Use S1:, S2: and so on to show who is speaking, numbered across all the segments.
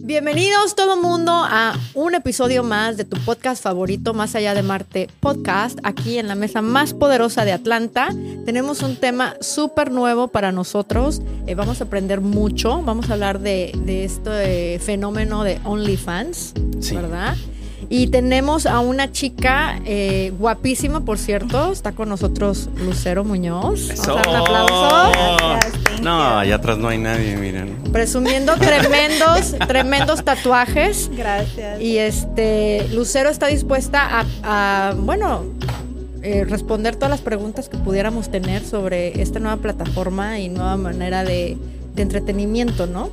S1: Bienvenidos todo mundo a un episodio más de tu podcast favorito, Más allá de Marte Podcast, aquí en la mesa más poderosa de Atlanta. Tenemos un tema súper nuevo para nosotros. Eh, vamos a aprender mucho. Vamos a hablar de, de este eh, fenómeno de OnlyFans,
S2: Sí.
S1: ¿verdad? Y tenemos a una chica eh, guapísima, por cierto. Está con nosotros Lucero Muñoz. Vamos a dar un aplauso.
S3: Gracias, thank
S2: No,
S3: you.
S2: allá atrás no hay nadie, miren.
S1: Presumiendo tremendos, tremendos tatuajes.
S3: Gracias.
S1: Y este, Lucero está dispuesta a, a, bueno, eh, responder todas las preguntas que pudiéramos tener sobre esta nueva plataforma y nueva manera de, de entretenimiento, ¿no?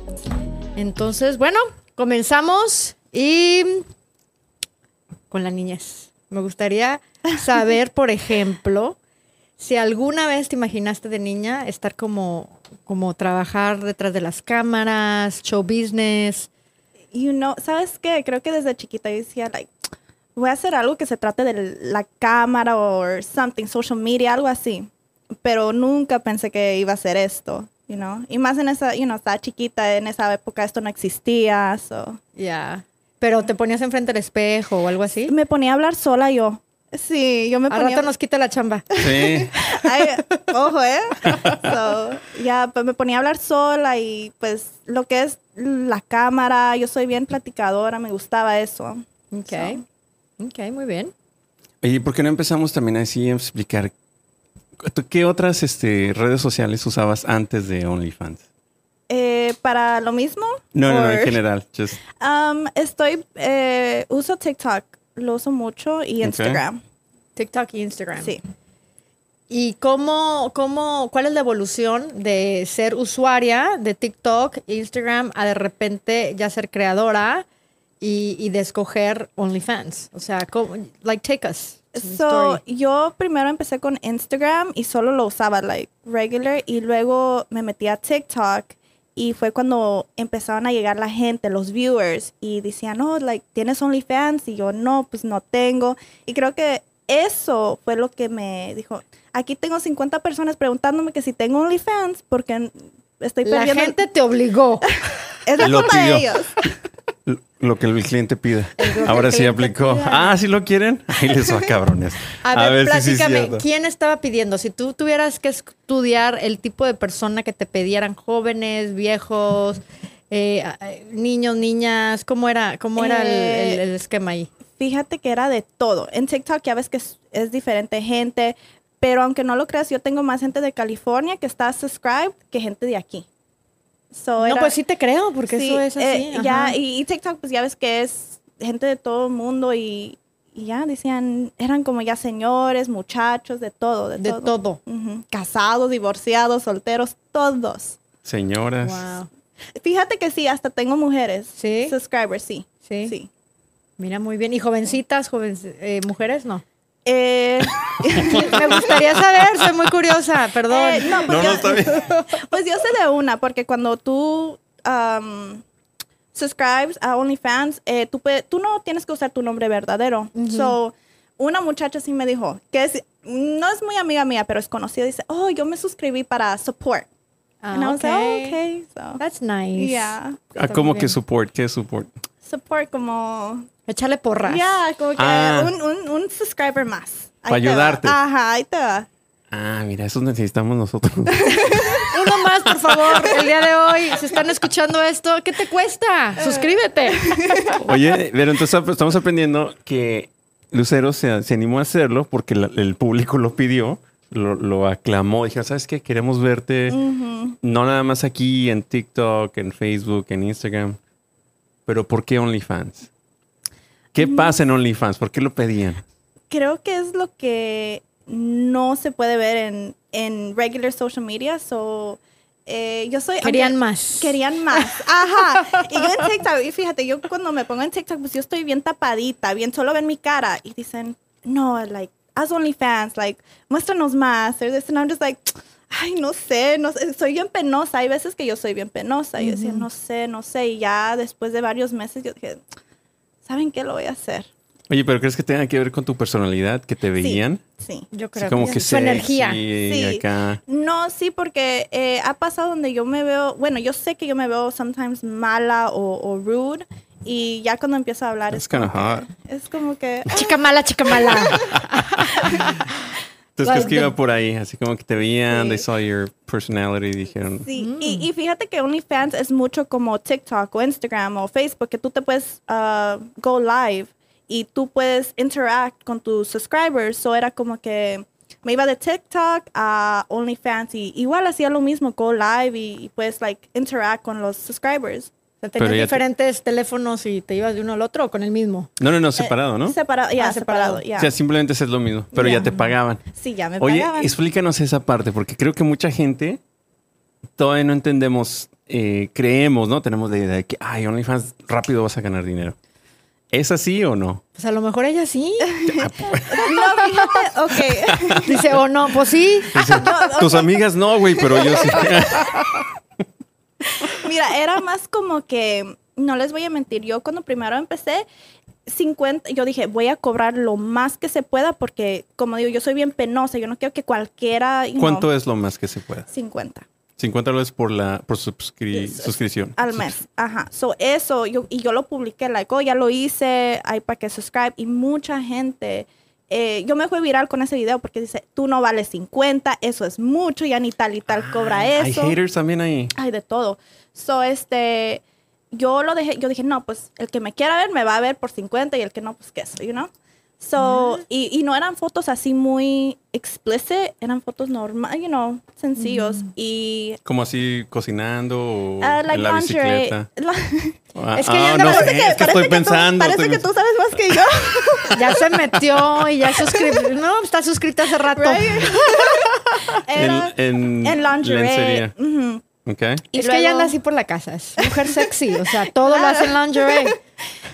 S1: Entonces, bueno, comenzamos y con la niñez. Me gustaría saber, por ejemplo, si alguna vez te imaginaste de niña estar como, como trabajar detrás de las cámaras, show business.
S3: you know, ¿sabes qué? Creo que desde chiquita yo decía, like, voy a hacer algo que se trate de la cámara o something, social media, algo así. Pero nunca pensé que iba a hacer esto, you know. Y más en esa, you know, estaba chiquita, en esa época esto no existía, so.
S1: Ya. Pero te ponías enfrente del espejo o algo así.
S3: Me ponía a hablar sola yo. Sí, yo me
S1: Al
S3: ponía...
S1: rato nos quita la chamba.
S2: Sí.
S3: Ay, ojo, ¿eh? So, ya, pues me ponía a hablar sola y pues lo que es la cámara, yo soy bien platicadora, me gustaba eso.
S1: Ok.
S3: So,
S1: Ok, muy bien.
S2: Oye, ¿por qué no empezamos también así a explicar tú qué otras este, redes sociales usabas antes de OnlyFans?
S3: eh, para lo mismo,
S2: No, no, no, en
S3: Or-
S2: general. just-
S3: um, estoy, eh, uso TikTok, lo uso mucho y
S2: Ok.
S3: Instagram.
S1: TikTok
S3: e
S1: y Instagram.
S3: Sí.
S1: ¿Y cómo, cómo, cuál es la evolución de ser usuaria de TikTok, Instagram, a de repente ya ser creadora y, y de escoger OnlyFans? O sea, ¿cómo- like, take us. to the
S3: So,
S1: story.
S3: yo primero empecé con Instagram y solo lo usaba, like, regular. Y luego me metí a TikTok y fue cuando empezaron a llegar la gente, los viewers. Y decían, no, like, ¿tienes OnlyFans? Y yo, no, pues no tengo. Y creo que eso fue lo que me dijo, aquí tengo 50 personas preguntándome que si tengo OnlyFans porque estoy
S1: La
S3: perdiendo...
S1: gente te obligó.
S3: es la
S2: Lo
S3: culpa de
S2: pidió.
S3: ellos.
S2: L- Lo que el cliente pida.
S1: que el
S2: Ahora sí
S1: cliente
S2: aplicó.
S1: pida.
S2: Ah, ¿sí lo quieren? Ahí les va, cabrones.
S1: A ver,
S2: si sí es
S1: platícame,
S2: cierto.
S1: ¿quién estaba pidiendo? Si tú tuvieras que estudiar el tipo de persona que te pedieran, jóvenes, viejos, eh, a- a- niños, niñas, ¿cómo era, cómo era el-
S3: Eh,
S1: el, el esquema ahí?
S3: Fíjate que era de todo. En TikTok ya ves que es, es diferente gente, pero aunque no lo creas, yo tengo más gente de California que está subscribed que gente de aquí. So,
S1: No,
S3: era-
S1: pues sí te creo, porque
S3: sí,
S1: eso es así.
S3: eh, ya,
S1: ajá.
S3: y, y TikTok, pues ya ves que es gente de todo el mundo y, y ya decían, eran como ya señores, muchachos, de todo, de,
S1: de
S3: todo.
S1: todo.
S3: Ujú. Casados, divorciados, solteros, todos.
S2: Señoras.
S1: Wow.
S3: Fíjate que sí, hasta tengo mujeres.
S1: ¿Sí?
S3: Subscribers, sí.
S1: Sí.
S3: sí.
S1: Mira, muy bien. ¿Y jovencitas, joven, eh, mujeres? No.
S3: Eh,
S1: Me gustaría saber, soy muy curiosa, perdón.
S3: Eh, no, pues,
S2: No,
S3: yo,
S2: no, está bien.
S3: pues yo sé de una, porque cuando tú um, subscribes a OnlyFans, eh, tú, pe- tú no tienes que usar tu nombre verdadero. So, una muchacha sí me dijo, que es, no es muy amiga mía, pero es conocida, dice, oh, yo me suscribí para support.
S1: Ah,
S3: And I was
S1: ok.
S3: like, oh, okay.
S1: That's nice.
S3: So, yeah.
S2: Ah,
S1: Está
S2: ¿Cómo
S1: muy
S2: que
S1: bien.
S2: support? ¿Qué es support?
S3: Support como...
S1: Échale porras.
S3: Yeah, como que
S2: Ah.
S3: un, un, un subscriber más.
S2: Pa'
S3: Ahí te va.
S2: ayudarte.
S3: Ajá, ahí te va.
S2: Ah, mira, eso necesitamos nosotros.
S1: Uno más, por favor, el día de hoy. Si están escuchando esto, ¿qué te cuesta? Suscríbete.
S2: Oye, pero entonces ap- estamos aprendiendo que Lucero se, se animó a hacerlo porque la- el público lo pidió, lo, lo aclamó. Dijeron, ¿sabes qué? Queremos verte no nada más aquí en TikTok, en Facebook, en Instagram. Pero ¿por qué OnlyFans? ¿Qué pasa en OnlyFans? ¿Por qué lo pedían?
S3: creo que es lo que no se puede ver en, en regular social media. So, eh, yo soy.
S1: Querían
S3: aunque-
S1: más.
S3: Querían más. Ajá. Y yo en TikTok, y fíjate, yo cuando me pongo en TikTok, pues yo estoy bien tapadita, bien solo ven mi cara. Y dicen, no, like, haz OnlyFans, like, muéstranos más. And I'm just like, ay, no sé, no sé, soy bien penosa. Hay veces que yo soy bien penosa. Y yo decía, no sé, no sé. Y ya después de varios meses, yo dije, ¿saben qué? Lo voy a hacer.
S2: Oye, pero ¿crees que tenga que ver con tu personalidad que te
S3: Sí,
S2: veían?
S3: Sí.
S1: Yo
S2: Así
S1: creo
S2: como
S1: que,
S2: que
S1: su
S2: sexy,
S1: energía.
S3: Sí.
S2: acá.
S3: No, sí, porque eh, ha pasado donde yo me veo, bueno, yo sé que yo me veo sometimes mala o, o rude y ya cuando empiezo a hablar
S2: That's
S3: es,
S2: kinda hot.
S3: es como que... ah,
S1: Chica mala, chica mala.
S2: Entonces, ¿crees
S1: Like
S2: que
S1: the-
S2: iba por ahí? Así como que te veían,
S3: Sí.
S2: they saw your personality, dijeron.
S3: Sí,
S1: Mm.
S3: y, y fíjate que OnlyFans es mucho como TikTok o Instagram o Facebook, que tú te puedes ah, go live y tú puedes interact con tus subscribers. So era como que me iba de TikTok a OnlyFans y igual hacía lo mismo, go live y, y puedes like interact con los subscribers.
S1: O sea,
S2: Pero
S1: tenías
S2: ya te-
S1: diferentes teléfonos y te ibas de uno al otro o con el mismo.
S2: No, no, no, separado, ¿no?
S3: Separado, ya,
S1: Ah, separado.
S3: separado, Eh, ya.
S2: O sea, simplemente es lo mismo, pero
S3: Ya.
S2: ya te pagaban.
S3: Sí, ya me
S2: Oye,
S3: pagaban.
S2: explícanos esa parte, porque creo que mucha gente todavía no entendemos, eh, creemos, ¿no? Tenemos la idea de que, ay, OnlyFans, rápido vas a ganar dinero. ¿Es así o no?
S1: Pues a lo mejor ella sí.
S2: Ah, pues.
S3: No, fíjate, ok.
S1: Dice, o no, pues sí.
S2: Tus amigas no, güey, pero yo sí.
S3: Mira, era más como que, no les voy a mentir, yo cuando primero empecé, 50, yo dije, voy a cobrar lo más que se pueda porque, como digo, yo soy bien penosa, yo no quiero que cualquiera... you
S2: ¿Cuánto
S3: know,
S2: es lo más que se pueda?
S3: 50
S2: 50 dólares por la por suscri-
S3: Yes.
S2: suscripción.
S3: al mes. Ajá. So, eso, yo, y yo lo publiqué, like, oh, ya lo hice, hay para que subscribe. Y mucha gente, eh, yo me fui viral con ese video porque dice, tú no vales 50, eso es mucho, ya ni tal y tal cobra
S2: Hay
S3: eso.
S2: haters también ahí.
S3: Ay, de todo. So, este, yo lo dejé, yo dije, no, pues el que me quiera ver me va a ver por 50 y el que no, pues qué eso, you know? So, y, y no eran fotos así muy explicit, eran fotos normal, you know, sencillos. Y,
S2: Como así cocinando o
S3: ah, like
S2: en la
S3: lingerie.
S2: bicicleta.
S3: la-
S2: Ah,
S1: Es que ya
S2: ah,
S1: no
S2: no
S1: parece
S2: sé, es que estoy pensando.
S3: Tú, parece
S2: estoy
S3: que tú sabes más que yo.
S1: Ya se metió y ya suscribió. No, está suscrita hace rato.
S3: Right? Era
S2: pensando. en, en,
S3: en lingerie.
S2: lencería.
S3: Ujú.
S2: Ok.
S3: Y
S1: es que ella
S3: luego-
S1: anda así por la casa. Es mujer sexy. O sea, todo lo hace en lingerie.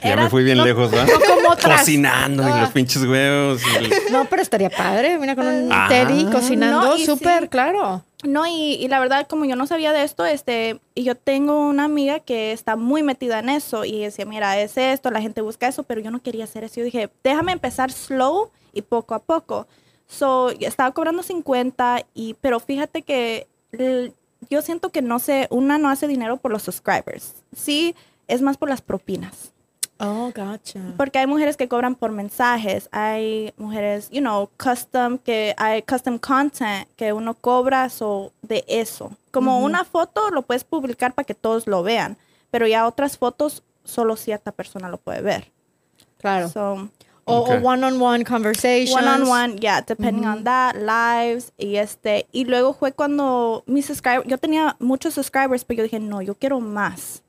S2: Ya
S3: Era-
S2: me fui bien
S3: no-
S2: lejos, ¿verdad?
S1: No como otras.
S2: Cocinando y los
S3: Ah.
S2: pinches huevos. y el-
S1: No, pero estaría padre. Mira, con un
S2: Ah.
S1: Teddy cocinando.
S3: No, y
S1: Súper,
S3: sí.
S1: claro.
S3: No, y, y la verdad, como yo no sabía de esto, este, y yo tengo una amiga que está muy metida en eso y decía, mira, es esto, la gente busca eso, pero yo no quería hacer eso. Yo dije, déjame empezar slow y poco a poco. So, y estaba cobrando 50, y, pero fíjate que l- yo siento que no sé, una no hace dinero por los subscribers. Sí, es más por las propinas.
S1: Oh, gotcha.
S3: Porque hay mujeres que cobran por mensajes, hay mujeres, you know, custom, que hay custom content que uno cobra so, de eso. Como una foto lo puedes publicar para que todos lo vean, pero ya otras fotos solo cierta persona lo puede ver.
S1: Claro.
S3: So,
S1: o
S2: Ok.
S1: o one-on-one conversations.
S3: one on one, yeah, depending on that, lives y este. Y luego fue cuando mis subscribers, yo tenía muchos subscribers, pero yo dije, no, yo quiero más.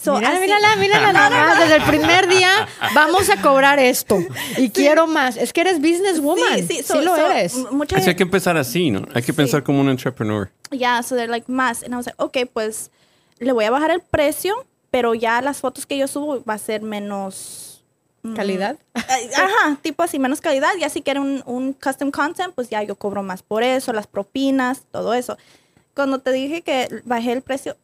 S3: So,
S1: mira,
S3: así-
S1: mírala, mírala, nada más. Desde el primer día vamos a cobrar esto. Y quiero más. Es que eres businesswoman. Sí,
S3: Sí, sí,
S1: sí,
S3: so-
S1: lo
S3: so, mm,
S1: eres.
S3: m- mucha
S2: Así hay
S3: gente-
S2: que empezar así, ¿no? Hay que
S3: Sí.
S2: pensar como un entrepreneur.
S3: yeah, so they're like más. And I was like, okay, pues le voy a bajar el precio, pero ya las fotos que yo subo va a ser menos mm,
S1: Calidad.
S3: eh, Ajá, tipo así, menos calidad. Ya si quieren un, un custom content, pues ya yo cobro más por eso, las propinas, todo eso. Cuando te dije que bajé el precio,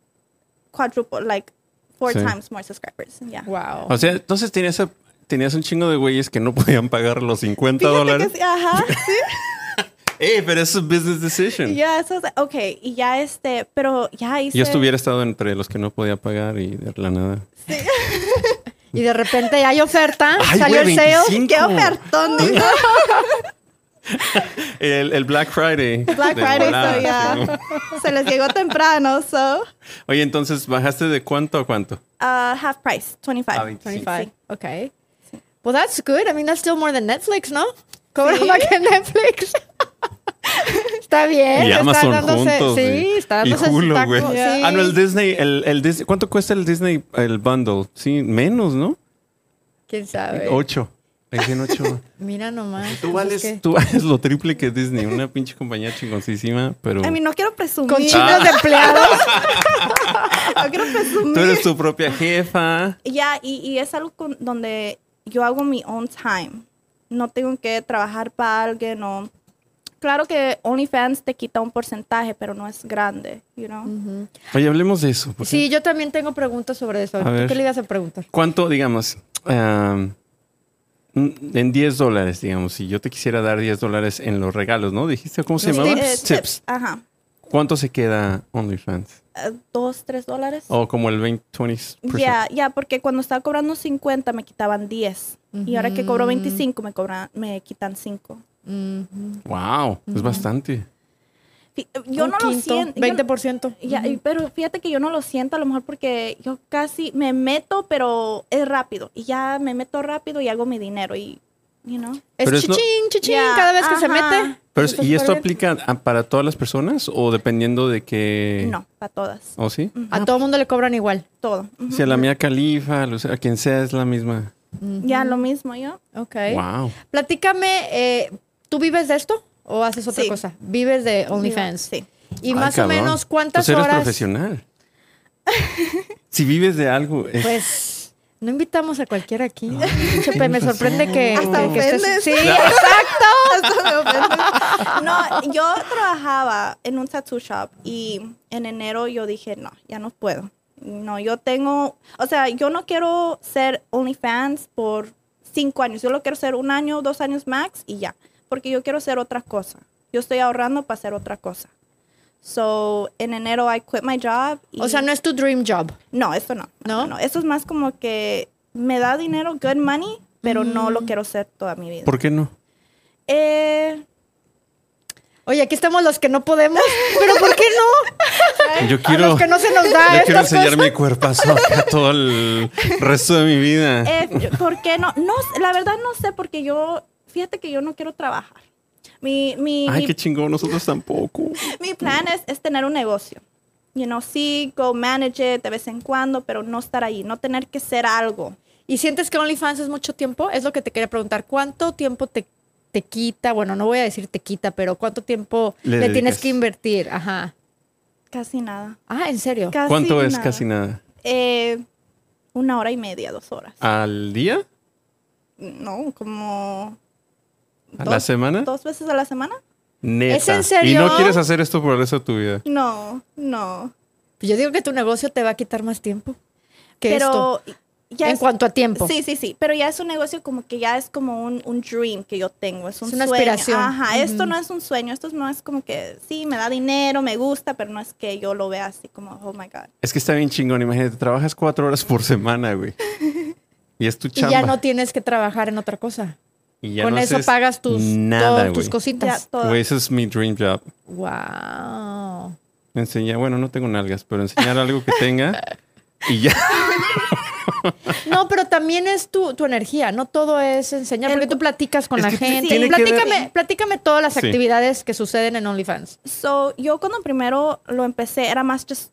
S3: quadruple, like four
S2: Sí.
S3: times more subscribers. Yeah.
S1: Wow.
S2: O sea, entonces tenías, a- tenías un chingo de güeyes que no podían pagar los 50
S3: Fíjate
S2: dólares.
S3: que sí, ajá, sí.
S2: Ey, pero eso es business decision.
S3: Ya, eso es, ok, y ya este, pero ya hice.
S2: Yo estuviera estado entre los que no podía pagar y de la nada.
S1: Y de repente hay oferta, salió
S2: güey,
S1: el sale.
S2: 25.
S3: ¡Qué ofertón! digo.
S2: El, el Black Friday.
S3: Black
S2: De
S3: Friday, ah.
S2: volada,
S3: so
S2: sí,
S3: ya. Se les llegó temprano, so.
S2: ¿no? Oye, entonces, ¿bajaste de cuánto a cuánto?
S3: uh, half price, 25.
S2: Ah, 25.
S1: 25.
S3: Sí.
S1: Okay. Well, that's good. I mean, that's still more than Netflix, ¿no? Cobra más que Netflix. está bien.
S2: Y
S1: está
S2: Amazon
S1: dándose-
S2: juntos.
S1: Sí, está
S2: y
S1: dándose su
S2: Hulu,
S1: taco,
S2: güey.
S1: sí.
S2: Ah, no, el Disney, el, el Dis- ¿Cuánto cuesta el Disney, el bundle? Sí, menos, ¿no?
S1: ¿Quién sabe?
S2: Ocho. Ahí dicen ocho.
S1: Mira nomás.
S2: Tú
S1: pues
S2: vales,
S1: es que-
S2: tú vales lo triple que Disney, una pinche compañía chingoncísima, pero
S3: I mean, no quiero presumir.
S1: Con chinos
S2: Ah.
S1: de empleados.
S3: No quiero presumir.
S2: tú eres tu propia jefa.
S3: Ya, y, y es algo con- donde yo hago mi own time. No tengo que trabajar para alguien o... Claro que OnlyFans te quita un porcentaje, pero no es grande, you know?
S1: Mm.
S2: Oye, hablemos de eso. porque-
S1: Sí, yo también tengo preguntas sobre eso.
S2: A
S1: ¿Tú
S2: ver.
S1: qué le ibas a preguntar?
S2: ¿Cuánto, digamos, am, mm, en 10 dólares, digamos, si yo te quisiera dar 10 dólares en los regalos, ¿no? Dijiste, ¿cómo se
S1: Los
S2: llamaba?
S1: tips.
S3: Eh,
S2: Tips.
S3: tips, Ajá.
S2: ¿Cuánto se queda OnlyFans?
S3: Eh, dos, tres dólares.
S2: O como el 20, 20%.
S3: Ya, ya, porque cuando estaba cobrando 50 me quitaban 10. Y ahora que cobro 25 me, cobra, me quitan 5.
S1: Ujú.
S2: Wow, es bastante.
S3: Fi- Yo
S1: Un
S3: no lo
S1: quinto,
S3: siento. yo no-
S1: 20%.
S3: ya, y- pero fíjate que yo no lo siento, a lo mejor porque yo casi me meto, pero es rápido. Y ya me meto rápido y hago mi dinero. Y, you know.
S1: Es
S2: Pero es no-
S1: chichín, chichín,
S3: Ya,
S1: cada vez que se
S3: ajá.
S1: mete.
S2: Pero,
S1: Eso
S2: es- ¿Y
S1: está
S2: esto
S1: bien.
S2: aplica a- para todas las personas o dependiendo de que...
S3: No, para todas.
S2: ¿O sí?
S1: A todo mundo le cobran igual.
S3: Todo. Ujú.
S2: Si a la mía califa, Lucero, a quien sea, es la misma.
S3: Ya, lo mismo yo.
S1: Ok.
S2: Wow.
S1: Platícame, eh, ¿tú vives de esto o haces otra
S3: Sí.
S1: cosa? Vives de OnlyFans.
S3: Sí.
S1: Y
S2: Ay,
S1: más
S2: cabrón.
S1: o menos, ¿cuántas
S2: Pues eres
S1: horas?
S2: profesional. si vives de algo, es-
S1: Pues no invitamos a cualquiera aquí. Chepe, me sorprende que,
S3: Hasta
S1: que- que estés-
S3: ofendes.
S1: Sí, exacto.
S3: No, yo trabajaba en un tattoo shop y en enero yo dije, no, ya no puedo. No, yo tengo, o sea, yo no quiero ser OnlyFans por cinco años. Yo lo quiero ser un año, dos años max y ya. Porque yo quiero hacer otra cosa. Yo estoy ahorrando para hacer otra cosa. So, en enero I quit my job. y-
S1: O sea, no es tu dream job.
S3: No, esto no.
S1: ¿No?
S3: No, no. Esto es más como que me da dinero, good money, pero
S1: Mm.
S3: no lo quiero hacer toda mi
S1: Pues,
S3: vida.
S2: ¿por qué no?
S3: Eh,
S1: Oye, aquí estamos los que no podemos, pero ¿por qué no?
S2: Yo
S1: a
S2: quiero,
S1: los que no se nos
S2: yo
S1: da
S2: quiero
S1: estas
S2: enseñar
S1: cosas.
S2: mi cuerpazo acá todo el resto de mi vida.
S3: Eh, ¿Por qué no? No, sé, la verdad no sé, porque yo, fíjate que yo no quiero trabajar. Mi, mi,
S2: Ay,
S3: mi,
S2: qué chingón, nosotros tampoco.
S3: mi plan es, es tener un negocio. You know, sí, go manage it de vez en cuando, pero no estar ahí, no tener que ser algo.
S1: ¿Y sientes que OnlyFans es mucho tiempo? Es lo que te quería preguntar. ¿Cuánto tiempo te, te quita? Bueno, no voy a decir te quita, pero ¿cuánto tiempo
S2: Le
S1: le, tienes
S2: dedicas.
S1: que invertir? Ajá.
S3: Casi nada.
S1: Ah, ¿en serio?
S3: Casi
S2: ¿Cuánto es
S3: nada.
S2: casi nada?
S3: Eh, una hora y media, dos horas.
S2: ¿Al día?
S3: No, como...
S2: ¿A la semana?
S3: ¿Dos veces a la semana?
S2: Neta.
S1: ¿Es en serio?
S2: Y no quieres hacer esto por el resto de tu vida.
S3: No, no.
S1: Pues Yo digo que tu negocio te va a quitar más tiempo que esto.
S3: pero ya
S1: en
S3: es-
S1: cuanto a tiempo.
S3: Sí, sí, sí, pero ya es un negocio como que ya es como un, un dream que yo tengo, es un
S1: Es una
S3: sueño.
S1: aspiración.
S3: Ajá, esto
S1: Ujú.
S3: no es un sueño, esto no es como que sí, me da dinero, me gusta, pero no es que yo lo vea así como, oh my God.
S2: Es que está bien chingón, imagínate, trabajas cuatro horas por semana, güey. Y es tu
S1: Y
S2: chamba.
S1: ya no tienes que trabajar en otra cosa.
S2: Y ya
S1: Con
S2: no
S1: eso
S2: haces
S1: pagas tus,
S2: nada,
S1: todas tus
S2: güey.
S3: Ya
S1: cositas.
S3: todo.
S2: Güey, ese es mi dream job.
S1: Wow.
S2: Enseñar, bueno, no tengo nalgas, pero enseñar algo que tenga y ya.
S1: No, pero también es tu, tu energía, no todo es enseñar,
S3: El-
S1: porque tú platicas con
S2: Es
S1: la
S2: que
S1: gente.
S3: tiene que ver-
S1: platícame, platícame todas las
S2: Sí.
S1: actividades que suceden en OnlyFans.
S3: So, yo cuando primero lo empecé era más just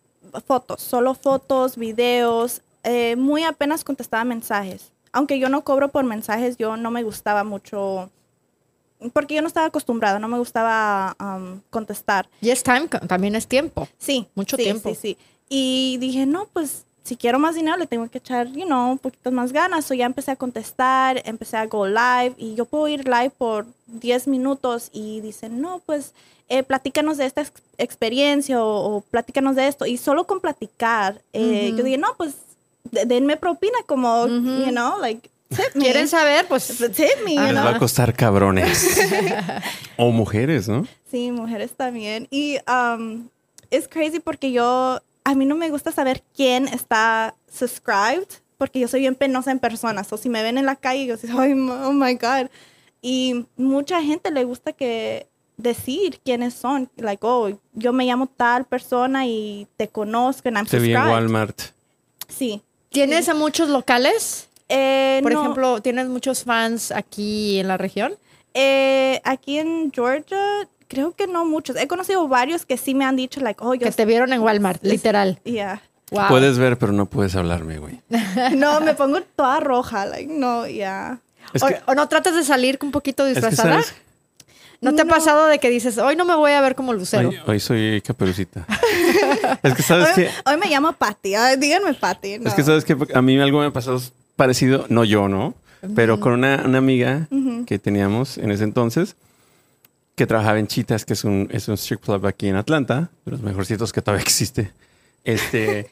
S3: fotos, solo fotos, videos, eh, muy apenas contestaba mensajes. Aunque yo no cobro por mensajes, yo no me gustaba mucho, porque yo no estaba acostumbrada, no me gustaba um, contestar.
S1: Y es time, co- también es tiempo.
S3: Sí.
S1: Mucho
S3: sí,
S1: tiempo.
S3: Sí, sí. Y dije, no, pues si quiero más dinero le tengo que echar, you know, un poquito más ganas. O ya empecé a contestar, empecé a go live y yo puedo ir live por 10 minutos y dicen, no, pues eh, platícanos de esta ex- experiencia o, o platícanos de esto. Y solo con platicar, eh,
S1: Ujú.
S3: yo dije, no, pues de- denme propina como,
S1: Ujú.
S3: you know, like, tip me.
S1: ¿Quieren saber? Pues
S3: Tip me, you
S2: Les
S3: know.
S2: va a costar cabrones. o mujeres, ¿no?
S3: Sí, mujeres también. Y um, es crazy porque yo, a mí no me gusta saber quién está subscribed, porque yo soy bien penosa en personas. O si me ven en la calle, yo soy, "Ay, ma- oh my God. Y mucha gente le gusta que decir quiénes son. Like, oh, yo me llamo tal persona y te conozco and I'm
S1: Pues
S2: Te vi en
S3: subscribed.
S2: Walmart.
S3: Sí.
S1: ¿tienes a muchos locales?
S3: Eh,
S1: Por
S3: no,
S1: ejemplo, ¿tienes muchos fans aquí en la región?
S3: eh, aquí en Georgia, creo que no muchos. He conocido varios que sí me han dicho, like, oh, yo...
S1: Que te vieron en Walmart, literal.
S3: Yeah.
S1: Wow.
S2: Puedes ver, pero no puedes hablarme, güey.
S3: No, me pongo toda roja, like, no, ya.
S2: Es
S1: o,
S2: que,
S1: o no tratas de salir un poquito
S2: es que
S1: disfrazada?
S2: ¿sabes?
S1: ¿No te ha
S3: No.
S1: pasado de que dices, hoy no me voy a ver como Lucero?
S2: Hoy, hoy soy caperucita. es que sabes
S3: Hoy,
S2: que
S3: hoy me llamo Patty, ay, díganme Patty. no.
S2: Es que sabes que a mí algo me pasó parecido, no yo, ¿no? Pero con una, una amiga que teníamos en ese entonces, que trabajaba en Chitas, que es un, es un strip club aquí en Atlanta, de los mejorcitos que todavía existe. Este,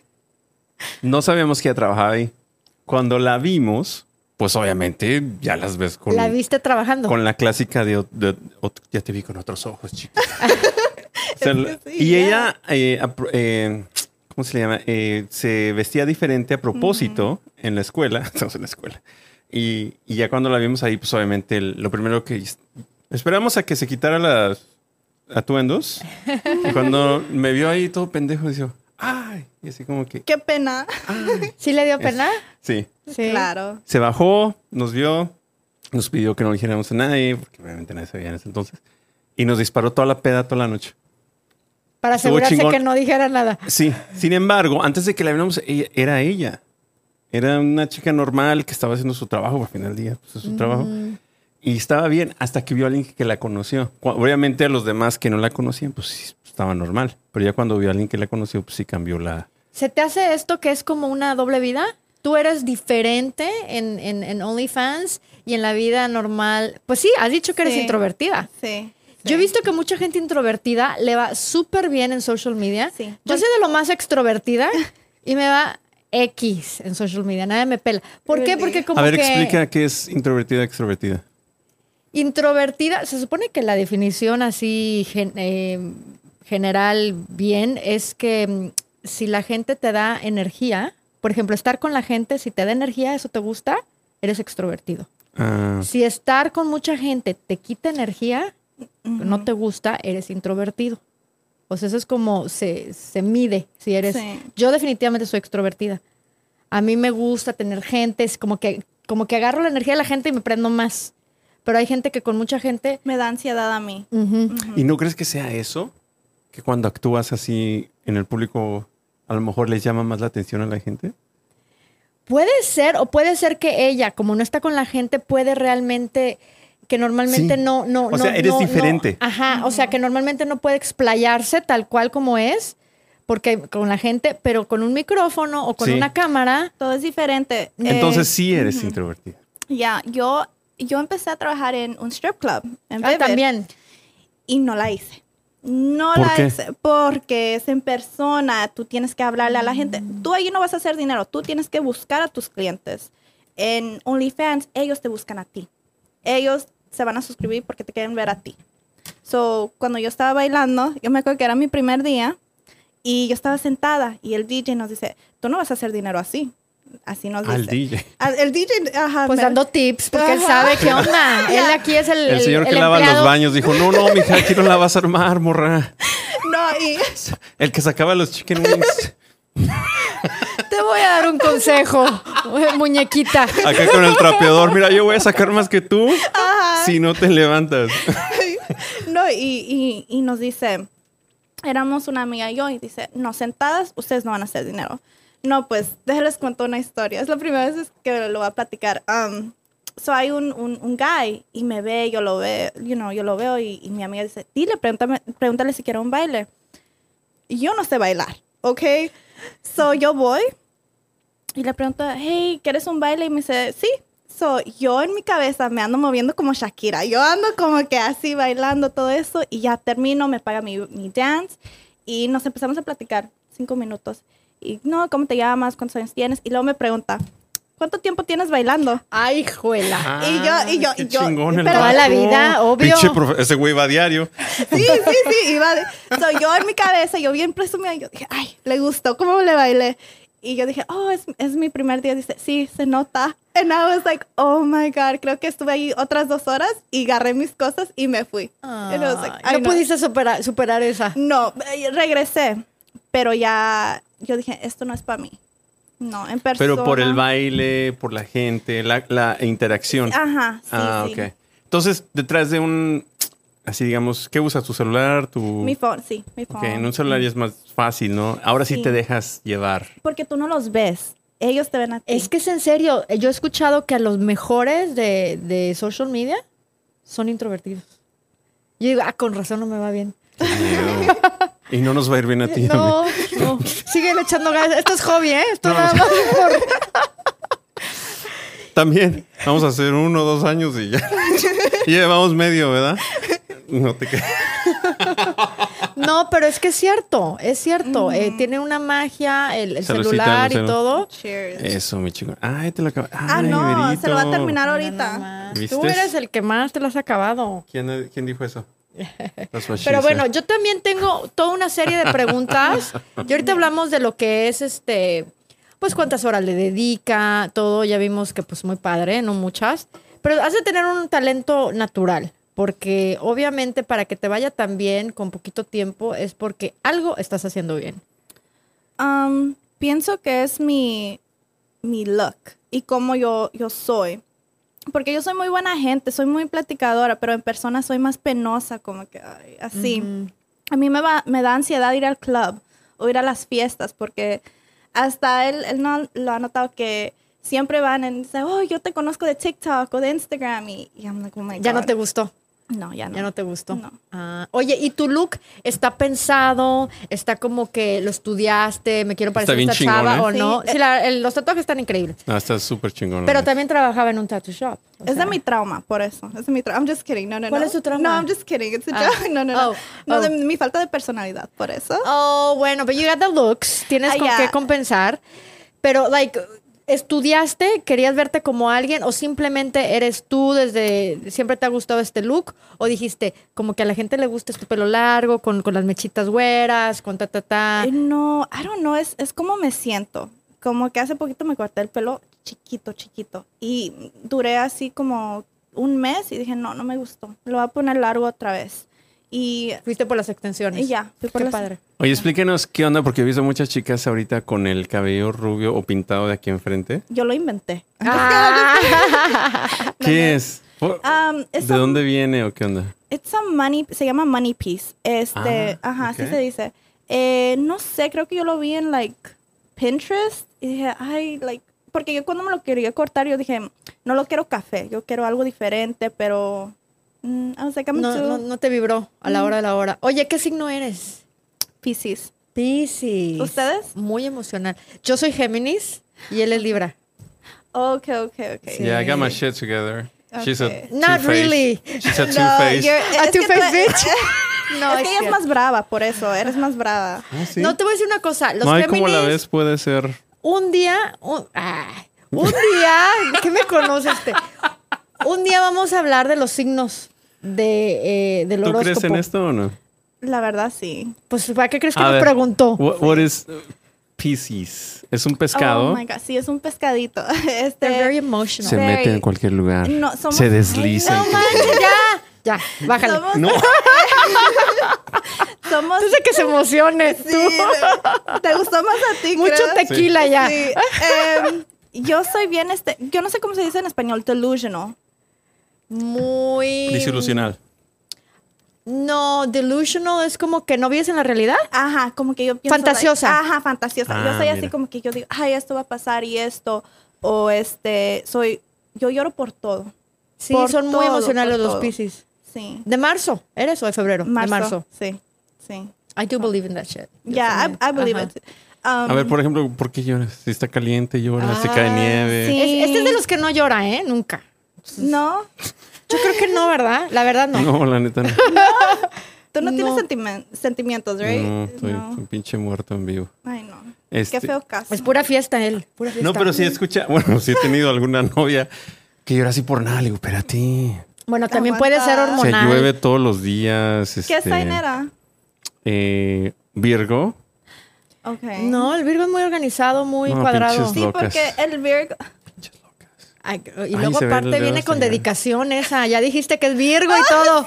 S2: no sabíamos que ella trabajaba ahí. Cuando la vimos, pues obviamente ya las ves con,
S1: La viste trabajando.
S2: con la clásica de, ot- de ot- ya te vi con otros ojos, chicos. O sea,
S3: Es que
S2: la-
S3: sí,
S2: y
S3: ya.
S2: ella, eh, apro- eh, ¿cómo se le llama? Eh, se vestía diferente a propósito en la escuela. Estamos en la escuela. Y, y ya cuando la vimos ahí, pues obviamente el- lo primero que his- esperamos a que se quitara las atuendos. y cuando me vio ahí todo pendejo, dijo, ¡ay! Y así como que,
S3: Qué pena.
S2: "Ay".
S1: ¿Sí le dio pena?
S2: Sí.
S1: Sí.
S3: Claro.
S2: Se bajó, nos vio, nos pidió que no dijéramos a nadie, porque obviamente nadie sabía en ese entonces. Y nos disparó toda la peda toda la noche.
S1: Para
S2: Estuvo
S1: asegurarse
S2: chingón.
S1: que no dijera nada.
S2: Sí, sin embargo, antes de que la viéramos, ella- era ella. Era una chica normal que estaba haciendo su trabajo, porque al final del día pues, es su trabajo. Y estaba bien hasta que vio a alguien que la conoció. Cu- Obviamente a los demás que no la conocían, pues sí, estaba normal. Pero ya cuando vio a alguien que la conoció, pues sí cambió la...
S1: ¿Se te hace esto que es como una doble vida? Tú eres diferente en, en- en OnlyFans y en la vida normal. Pues sí, has dicho que eres
S3: Sí.
S1: introvertida.
S3: Sí.
S1: Yo he visto que mucha gente introvertida le va súper bien en social media.
S3: Sí.
S1: Yo soy de lo más extrovertida y me va X en social media. Nadie me pela. ¿Por qué?
S3: Really?
S1: Porque como
S2: a ver,
S1: que
S2: explica qué es introvertida, extrovertida.
S1: introvertida, se supone que la definición así gen- eh, general bien es que mm, si la gente te da energía, por ejemplo, estar con la gente, si te da energía, eso te gusta, eres extrovertido.
S2: Ah,
S1: Si estar con mucha gente te quita energía, no te gusta, eres introvertido. O sea, eso es como se, se mide si eres.
S3: Sí.
S1: Yo definitivamente soy extrovertida. A mí me gusta tener gente, es como que, como que agarro la energía de la gente y me prendo más. Pero hay gente que con mucha gente.
S3: Me da ansiedad a mí.
S1: ujú.
S2: ¿Y no crees que sea eso? Que cuando actúas así en el público, a lo mejor les llama más la atención a la gente.
S1: Puede ser, o puede ser que ella, como no está con la gente, puede realmente que normalmente
S2: Sí.
S1: no, no,
S2: O
S1: no-
S2: sea, eres
S1: no- no-
S2: diferente.
S1: ajá, o sea, que normalmente no puede explayarse tal cual como es, porque con la gente, pero con un micrófono o con
S2: Sí.
S1: una cámara,
S3: Todo es diferente. Eh,
S2: Entonces sí eres introvertida.
S3: Ya, yo, yo empecé a trabajar en un strip club. En
S1: ah,
S3: Vivid,
S1: también.
S3: Y no la hice. No
S2: ¿Por
S3: la
S2: qué?
S3: hice porque es en persona, tú tienes que hablarle a la gente. Tú ahí no vas a hacer dinero, tú tienes que buscar a tus clientes. En OnlyFans, ellos te buscan a ti. Ellos se van a suscribir porque te quieren ver a ti. So, cuando yo estaba bailando, yo me acuerdo que era mi primer día y yo estaba sentada y el DJ nos dice, tú no vas a hacer dinero así. Así nos
S2: Al
S3: dice.
S2: DJ.
S3: Al- el DJ, ajá.
S1: Pues
S3: mero.
S1: dando tips, porque él
S3: Ajá.
S1: sabe qué onda. Él aquí es el,
S2: El
S1: el-
S2: señor que
S1: el
S2: lava los
S1: empleado.
S2: baños dijo, no, no, mija, aquí no la vas a armar, morra.
S3: No, y
S2: El que sacaba los chicken wings
S1: Te voy a dar un consejo, muñequita.
S2: acá con el trapeador. Mira, yo voy a sacar más que tú si no te levantas.
S3: No, y, y, y nos dice, éramos una amiga y yo, y dice, no, sentadas, ustedes no van a hacer dinero. No, pues, déjenles cuento una historia. Es la primera vez que lo voy a platicar. Um, so, hay un, un, un guy y me ve, yo lo veo, you know, yo lo veo y, y mi amiga dice, dile, pregúntame, pregúntale si quiere un baile. Y yo no sé bailar, ¿ok? So, yo voy y le pregunto, hey, ¿quieres un baile? Y me dice, sí. So, yo en mi cabeza me ando moviendo como Shakira. Yo ando como que así bailando todo eso y ya termino, me paga mi, mi dance y nos empezamos a platicar cinco minutos. Y no, ¿cómo te llamas? ¿Cuántos años tienes? Y luego me pregunta, ¿cuánto tiempo tienes bailando?
S1: Ay, juela.
S3: yo- y yo-
S2: qué
S3: y yo-
S2: chingón el
S1: pero toda la
S2: vato.
S1: vida, obvio.
S2: Pinche profe- ese güey va a diario.
S3: Sí, sí, sí. Iba de- so, yo en mi cabeza, yo bien presumida, yo dije, ay, le gustó, ¿cómo le bailé? Y yo dije, oh, es, es mi primer día. Dice, sí, se nota. And I was like, oh my God, creo que estuve ahí otras dos horas y agarré mis cosas y me fui. And I was like,
S1: Ay,
S3: "Ay,
S1: no pudiste superar, superar esa.
S3: No, eh, regresé, pero ya yo dije, esto no es para mí. No, en persona.
S2: Pero por el baile, por la gente, la, la interacción.
S3: Ajá, sí,
S2: ah,
S3: sí.
S2: ok. Entonces, detrás de un, así digamos, ¿qué usas? ¿Tu celular? ¿Tu...?
S3: Mi phone, sí, mi phone.
S2: Ok, en un celular ya es más fácil, ¿no? Ahora sí,
S3: Sí.
S2: te dejas llevar.
S3: Porque tú no los ves, ellos te ven a ti.
S1: Es que es en serio. Eh, Yo he escuchado que a los mejores de, de social media son introvertidos. Yo digo, ah, con razón no me va bien.
S2: y no nos va a ir bien a ti.
S1: No, no. Síguele echando ganas. Esto es hobby, ¿eh? Esto nada más es por-
S2: También. Vamos a hacer uno o dos años y ya. Y llevamos medio, ¿verdad? No te creas.
S1: No, pero es que es cierto, es cierto. Eh, tiene una magia el, el
S2: Saludcita,
S1: celular y
S2: Lucero.
S1: todo.
S3: Cheers.
S2: Eso, mi chico. Ay, te lo acabas.
S3: ah, no, se lo va a terminar
S1: Mira
S3: ahorita.
S1: nomás.
S2: ¿Viste?
S1: Tú eres el que más te lo has acabado.
S2: ¿Quién, quién dijo eso? That's what she
S1: Pero bueno,
S2: said.
S1: yo también tengo toda una serie de preguntas. Y ahorita hablamos de lo que es este, pues cuántas horas le dedica, todo, ya vimos que pues muy padre, no muchas, pero has de tener un talento natural, porque obviamente para que te vaya tan bien con poquito tiempo es porque algo estás haciendo bien.
S3: Um, pienso que es mi, mi look y cómo yo, yo soy. Porque yo soy muy buena gente, soy muy platicadora, pero en persona soy más penosa, como que ay, así. A mí me, va- me da ansiedad ir al club o ir a las fiestas, porque hasta él, él no lo ha notado que siempre van y dicen, oh, yo te conozco de TikTok o de Instagram. Y, y I'm like, oh my
S1: Ya no
S3: God.
S1: te gustó.
S3: No, ya no.
S1: Ya no te gustó.
S3: No.
S1: Ah, oye, ¿y tu look está pensado? ¿Está como que lo estudiaste? ¿Me quiero
S2: Está
S1: parecer
S2: bien
S1: esta chava
S2: chingón,
S1: o
S2: ¿eh?
S1: no?
S3: Sí,
S1: Sí,
S3: eh.
S1: la- el- los tatuajes están increíbles.
S2: Ah, está súper chingón. la
S1: Pero
S2: neta.
S1: también trabajaba en un tattoo shop. o
S3: Es
S1: sea.
S3: de mi trauma, por eso. Es de mi trauma. I'm just kidding. No, no,
S1: ¿Cuál
S3: no.
S1: es tu trauma?
S3: No, I'm just kidding. It's a
S1: Ah.
S3: joke. No, no, no.
S1: Oh,
S3: no,
S1: oh.
S3: de mi falta de personalidad, por eso.
S1: Oh, bueno, pero you got the looks. Tienes
S3: Ah,
S1: con
S3: ya.
S1: qué compensar. Pero, like, ¿estudiaste? ¿Querías verte como alguien? ¿O simplemente eres tú desde siempre te ha gustado este look? ¿O dijiste como que a la gente le gusta este pelo largo, con, con las mechitas güeras, con ta, ta, ta?
S3: Eh, No, I don't know. Es, es como me siento. Como que hace poquito me corté el pelo chiquito, chiquito. Y duré así como un mes y dije, no, no me gustó. Lo voy a poner largo otra vez. Y,
S1: Fuiste por las extensiones.
S3: y ya. fui por
S1: Qué
S3: las-
S1: padre.
S2: Oye, explíquenos qué onda, porque he visto muchas chicas ahorita con el cabello rubio o pintado de aquí enfrente.
S3: Yo lo inventé.
S1: Ah.
S2: ¿Qué es? Por-
S3: Um, es
S2: ¿De
S3: un-
S2: dónde viene o qué onda?
S3: It's a money, se llama money piece. Este,
S2: Ah,
S3: ajá,
S2: ok.
S3: así se dice. Eh, no sé, creo que yo lo vi en like Pinterest y dije, ay, like, porque yo cuando me lo quería cortar, yo dije, no lo quiero café, yo quiero algo diferente, pero mm, I was like, I'm
S1: No,
S3: too
S1: no, no te vibró a la hora de la hora. Oye, ¿qué signo eres?
S3: Pisces.
S1: Piscis.
S3: ¿Ustedes?
S1: Muy emocional. Yo soy Géminis y él es Libra.
S3: Ok, ok, ok.
S1: Sí.
S2: Yeah, I got my shit together. She's a
S3: Okay.
S1: Not
S2: two-faced-
S1: really.
S2: She's a
S3: No,
S2: two-faced.
S3: you're-
S1: A
S3: es que tú-
S1: two-faced bitch.
S3: es que ella es más brava, por eso, eres más brava.
S2: Ah, ¿sí?
S1: No te voy a decir una cosa. Los
S2: No hay como
S1: Géminis,
S2: la vez puede ser.
S1: un día, un, ay, un día, ¿qué me conoces? Este? Un día vamos a hablar de los signos de, eh, del
S2: ¿Tú
S1: horóscopo.
S2: crees en esto o no?
S3: La verdad, sí.
S1: Pues, ¿para qué crees que
S2: A
S1: nos
S2: ver,
S1: preguntó?
S2: What, what is uh, Pisces? Es un pescado.
S3: Oh my God, sí, es un pescadito. Este,
S1: They're very emotional.
S2: se
S3: very-
S2: mete en cualquier lugar.
S3: No, somos-
S2: se desliza.
S1: No manches, ya. Ya, bájale.
S3: somos,
S2: No.
S3: somos
S1: Entonces que se emocione.
S3: Sí,
S1: tú.
S3: te, te gustó más a ti.
S1: Mucho
S3: creo.
S1: tequila ya.
S3: Sí, em, yo soy bien este, yo no sé cómo se dice en español, delusional.
S1: Muy.
S2: Desilusional.
S1: No, delusional es como que no vives en la realidad.
S3: Ajá, como que yo pienso. like-
S1: Fantasiosa.
S3: ajá, fantasiosa.
S2: Ah,
S3: yo soy así
S2: mira.
S3: como que yo digo, ay, esto va a pasar y esto. O este, soy, yo lloro por todo.
S1: Sí,
S3: Por
S1: son muy
S3: todo,
S1: emocionales
S3: por
S1: los
S3: todo.
S1: Pisces.
S3: Sí.
S1: De marzo, ¿eres o de febrero? De marzo.
S3: Sí, sí.
S1: I do believe in that shit. Yo
S3: Yeah, I,
S1: también.
S3: I believe
S1: Ajá.
S3: it. Um,
S2: A ver, por ejemplo, ¿por qué lloras? Si está caliente, lloras, se cae
S1: Ah,
S2: nieve.
S3: sí.
S1: Es- este es de los que no llora, ¿eh? Nunca.
S3: No,
S1: Yo creo que no, ¿verdad? La verdad no.
S2: No, la neta no.
S3: tú no, tienes
S1: No.
S3: sentimen- sentimientos, ¿right?
S2: No, estoy un pinche muerto en vivo.
S3: Ay, no.
S2: Este-
S3: Qué feo caso.
S1: Es pura fiesta él. Pura fiesta.
S2: No, pero sí escucha, bueno, sí he tenido alguna novia que llora así por nada. Le digo, espérate.
S1: Bueno, también
S3: Aguanta.
S1: puede ser
S2: Se
S1: hormonal.
S2: llueve todos los días.
S3: ¿Qué
S2: este,
S3: sign era?
S2: eh, Virgo.
S3: Ok.
S1: No, el Virgo es muy organizado, muy
S2: No,
S1: cuadrado.
S2: pinches
S3: Sí,
S2: locas.
S3: porque el Virgo.
S1: Ay, y
S2: Ay,
S1: luego
S2: se ven los
S1: aparte
S2: dedos
S1: viene con
S2: allá.
S1: dedicación esa. Ya dijiste que es Virgo y todo.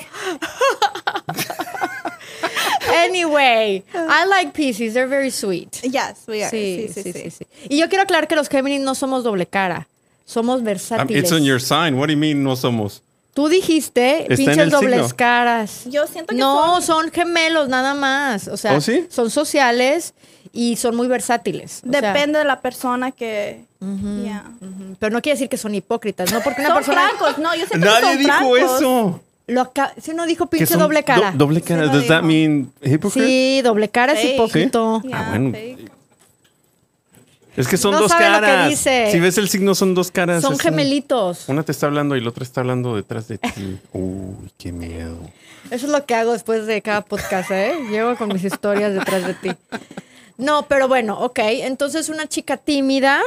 S1: anyway, I like Pisces. They're very sweet.
S3: Yes, we are. Sí, sí, sí.
S1: Y yo quiero aclarar que los Géminis no somos doble cara. Somos
S2: Um,
S1: versátiles.
S2: It's on your sign. What do you mean no somos?
S1: Tú dijiste
S2: en
S1: pinches
S2: el
S1: dobles
S2: signo.
S1: caras.
S3: Yo siento que
S1: no, son... gemelos nada más. O sea,
S2: ¿Oh, sí?
S1: son sociales y son muy versátiles. O sea,
S3: Depende de la persona que. Yeah.
S1: ujú, pero no quiere decir que son hipócritas, ¿no? Porque una
S3: son
S1: persona.
S3: francos, no, yo siento
S2: Nadie
S3: que son
S2: dijo
S3: francos.
S2: eso.
S1: Lo aca- Si uno dijo
S2: Que
S1: pinche
S2: son
S1: doble cara.
S2: do- doble cara.
S3: Sí lo
S2: Does that
S3: dijo.
S2: mean hypocrite?
S1: sí, doble cara es
S3: Sí.
S2: Ah,
S1: hipócrita.
S2: Sí.
S3: Yeah,
S2: Ah, bueno.
S3: fake.
S2: Es que son
S1: No
S2: dos
S1: sabe lo que
S2: caras.
S1: dice.
S2: Si ves el signo, son dos caras.
S1: Son
S2: Es un-
S1: gemelitos.
S2: Una te está hablando y la otra está hablando detrás de ti. Uy, qué miedo.
S1: Eso es lo que hago después de cada podcast, ¿eh? Llego con mis historias detrás de ti. No, pero bueno, ok. Entonces, una chica tímida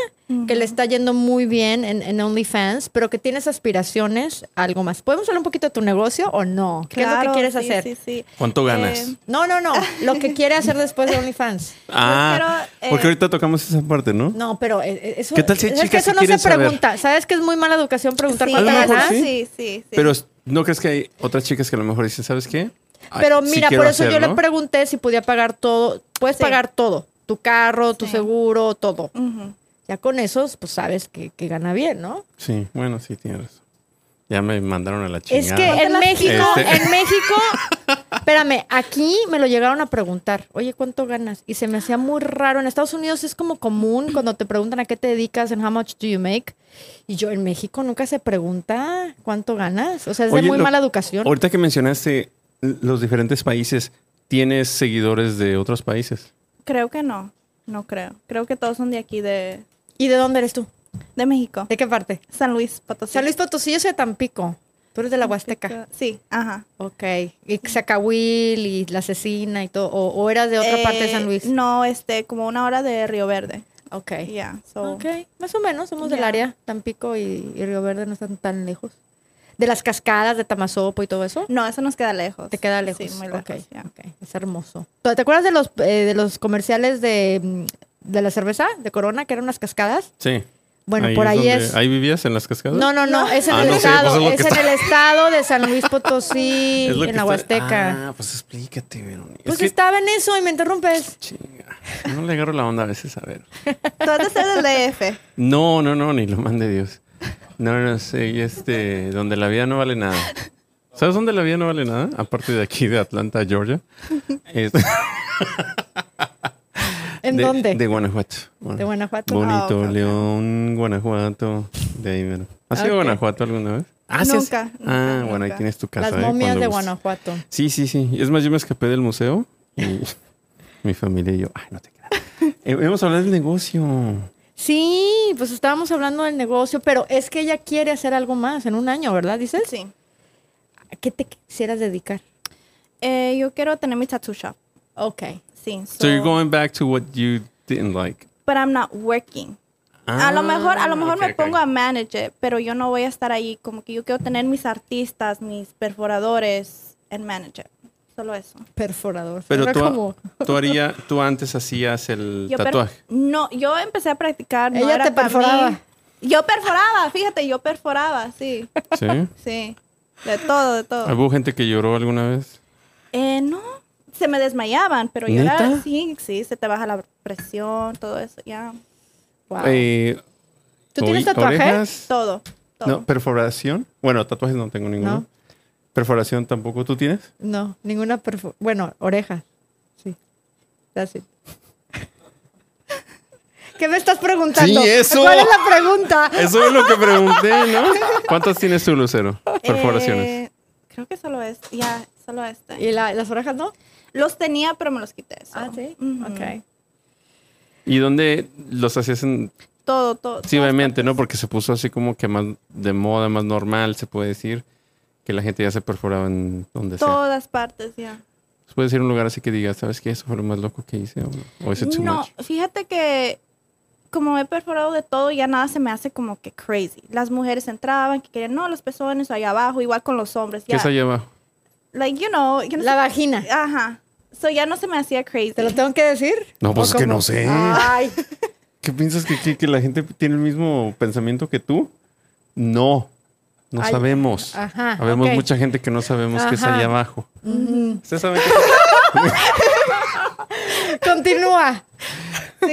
S1: que le está yendo muy bien en, en OnlyFans, pero que tienes aspiraciones, algo más. ¿Podemos hablar un poquito de tu negocio o no? ¿Qué es lo
S3: Claro,
S1: que quieres
S3: sí,
S1: hacer?
S3: Sí, sí.
S2: ¿Cuánto ganas?
S3: Eh,
S1: No, no, no. Lo que quiere hacer después de OnlyFans.
S2: ah,
S3: quiero, eh,
S2: porque ahorita tocamos esa parte, ¿no?
S1: No, pero eh, eh, eso,
S2: ¿Qué tal si hay
S1: es que
S2: chicas que
S1: eso no
S2: quieren
S1: se
S2: saber?
S1: pregunta. ¿Sabes que es muy mala educación preguntar
S3: pues Sí,
S1: cuánto
S2: A lo mejor
S1: ganas?
S2: sí.
S3: sí, sí, sí.
S2: Pero ¿no crees que hay otras chicas que a lo mejor dicen, ¿sabes qué? Ay,
S1: Pero
S2: sí
S1: mira,
S2: quiero
S1: por eso yo le
S2: hacerlo"?
S1: pregunté si podía pagar todo. Puedes
S3: Sí.
S1: pagar todo. Tu carro, tu
S3: Sí.
S1: seguro, todo.
S3: Ujú.
S1: Ya con esos, pues sabes que, que gana bien, ¿no?
S2: Sí, bueno, sí, tienes razón. Ya me mandaron a la
S1: Es
S2: chingada.
S1: que
S3: No te
S1: en
S3: las
S1: México,
S2: Este-
S1: en México, espérame, aquí me lo llegaron a preguntar, oye, ¿cuánto ganas? Y se me hacía muy raro. En Estados Unidos es como común cuando te preguntan a qué te dedicas, en how much do you make. Y yo, en México nunca se pregunta cuánto ganas. O sea, es de
S2: Oye,
S1: muy
S2: lo-
S1: mala educación.
S2: Ahorita que mencionaste los diferentes países, ¿tienes seguidores de otros países?
S3: Creo que no. No creo. Creo que todos son de aquí, de,
S1: ¿Y de dónde eres tú?
S3: de México.
S1: ¿De qué parte?
S3: San Luis Potosí.
S1: San Luis Potosí, yo soy de Tampico. Tú eres de la Huasteca.
S3: Sí, ajá.
S1: Ok. Y Zacahuil y la asesina y todo. ¿O, o eras de otra parte de
S3: Eh,
S1: San Luis?
S3: No, este, como una hora de Río Verde.
S1: Ok.
S3: Ya, so.
S1: Ok, más o menos, somos del
S3: Ya.
S1: área. Tampico y, y Río Verde no están tan lejos. De las cascadas de Tamazopo y todo eso.
S3: No, eso nos queda lejos.
S1: Te queda lejos.
S3: Sí, muy lejos.
S1: Ok,
S3: ya.
S1: ok, Es hermoso. ¿Tú- ¿Te acuerdas de los, eh, de los comerciales de, mm, de la cerveza, de Corona, que eran unas cascadas?
S2: Sí.
S1: Bueno, por ahí
S2: donde-
S1: es.
S2: ¿Ahí vivías en las cascadas?
S1: No, no, no, es en
S2: Ah,
S1: el
S2: no sé, pues
S1: estado.
S2: es lo
S1: es
S2: que
S1: en
S2: está-
S1: el estado de San Luis Potosí,
S2: Es lo que
S1: en la
S2: está-
S1: Huasteca.
S2: Ah, pues explícate, Verónica.
S1: Pues
S2: es que,
S1: estaba en eso y me interrumpes.
S2: chinga, no le agarro la onda a veces, a ver.
S3: Tú has de ser del DF.
S2: No, no, no, ni lo mande Dios. No, no sé, y este, donde la vida no vale nada. ¿Sabes dónde la vida no vale nada? Aparte de aquí, de Atlanta, Georgia. Es-
S1: ¿En
S2: de-
S1: dónde?
S2: De Guanajuato. Bueno,
S1: ¿De Guanajuato?
S3: Ah,
S2: Bonito,
S3: ok, ok.
S2: León, Guanajuato. De ahí, mero. ¿Has ido
S1: Ok.
S2: a Guanajuato alguna vez? Ah, sí, has-
S3: Nunca, nunca,
S2: Ah, bueno, ahí
S3: nunca.
S2: tienes tu casa.
S1: Las
S2: eh,
S1: momias
S2: cuando
S1: de
S2: gustes.
S1: Guanajuato.
S2: Sí, sí, sí. Es más, yo me escapé del museo y mi familia y yo, ay, no te creas. Eh, Vamos a hablar del negocio.
S1: Sí, pues estábamos hablando del negocio, pero es que ella quiere hacer algo más en un año, ¿verdad? Dices,
S3: Sí.
S1: ¿a qué te quisieras dedicar?
S3: Eh, yo quiero tener mi tattoo shop.
S1: Ok.
S3: Sí.
S2: So you're
S3: so-
S2: going back to what you didn't like.
S3: But I'm not working. a
S2: Ah.
S3: lo mejor, a lo mejor me pongo a manager, pero yo no voy a estar ahí. Como que yo quiero tener mis artistas, mis perforadores en manager. Solo eso.
S1: Perforador.
S2: Pero
S1: Suena
S2: tú, eh,
S1: como-
S2: tú, haría, tú antes hacías el
S3: Yo per-
S2: tatuaje.
S3: No, yo empecé a practicar. no
S1: Ella
S3: era
S1: te
S3: para mí.
S1: perforaba.
S3: Yo perforaba, fíjate, yo perforaba, sí,
S2: ¿Sí?
S3: sí. De todo, de todo.
S2: ¿Hubo gente que lloró alguna vez?
S3: Eh, no, se me desmayaban, pero yo
S2: ¿Neta?
S3: era, sí, sí, se te baja la presión, todo eso, ya.
S1: Wow.
S2: Eh,
S1: ¿Tú tienes
S2: oí-
S1: tatuaje?
S2: orejas.
S3: Todo, todo.
S2: No, perforación. Bueno, tatuajes no tengo ninguno.
S1: No.
S2: Perforación tampoco. ¿Tú tienes?
S1: No, ninguna perfo... Bueno, oreja. Sí. That's it. ¿Qué me estás preguntando?
S2: Sí, eso.
S1: ¿Cuál es la pregunta?
S2: Eso es lo que pregunté, ¿no? ¿Cuántas tienes tú, Lucero? Perforaciones.
S3: Eh, creo que solo es, ya, solo este.
S1: ¿Y la- las orejas no?
S3: Los tenía, pero me los quité. so.
S1: Ah,
S3: Ujú.
S1: Ok.
S2: ¿Y dónde los hacías? En...
S3: Todo, todo.
S2: Sí,
S3: todas
S2: obviamente, ¿no?
S3: partes.
S2: Porque se puso así como que más de moda, más normal, se puede decir. Que la gente ya se perforaba en donde sea.
S3: Todas partes, ya.
S2: ¿Se puede decir un lugar así que digas, ¿sabes qué? Eso fue lo más loco que hice. O, o is it too
S3: No,
S2: much?
S3: fíjate que como he perforado de todo, ya nada se me hace como que crazy. Las mujeres entraban, que querían, no, los pezones allá abajo, igual con los hombres.
S2: ¿Qué
S3: Ya,
S2: es allá abajo?
S3: like, you know, yo no
S1: La
S3: sé-
S1: vagina.
S3: Ajá. So ya no se me hacía crazy.
S1: ¿Te lo tengo que decir?
S2: No,
S1: ¿O
S2: pues es que
S1: cómo?
S2: no sé.
S1: Ay.
S2: ¿Qué piensas que, que- que la gente tiene el mismo pensamiento que tú? No, no
S1: Ay,
S2: sabemos.
S1: ajá,
S2: Habemos
S1: ok.
S2: mucha gente que no sabemos qué es
S1: Ajá.
S2: allá abajo. ¿Ustedes saben qué
S1: Continúa.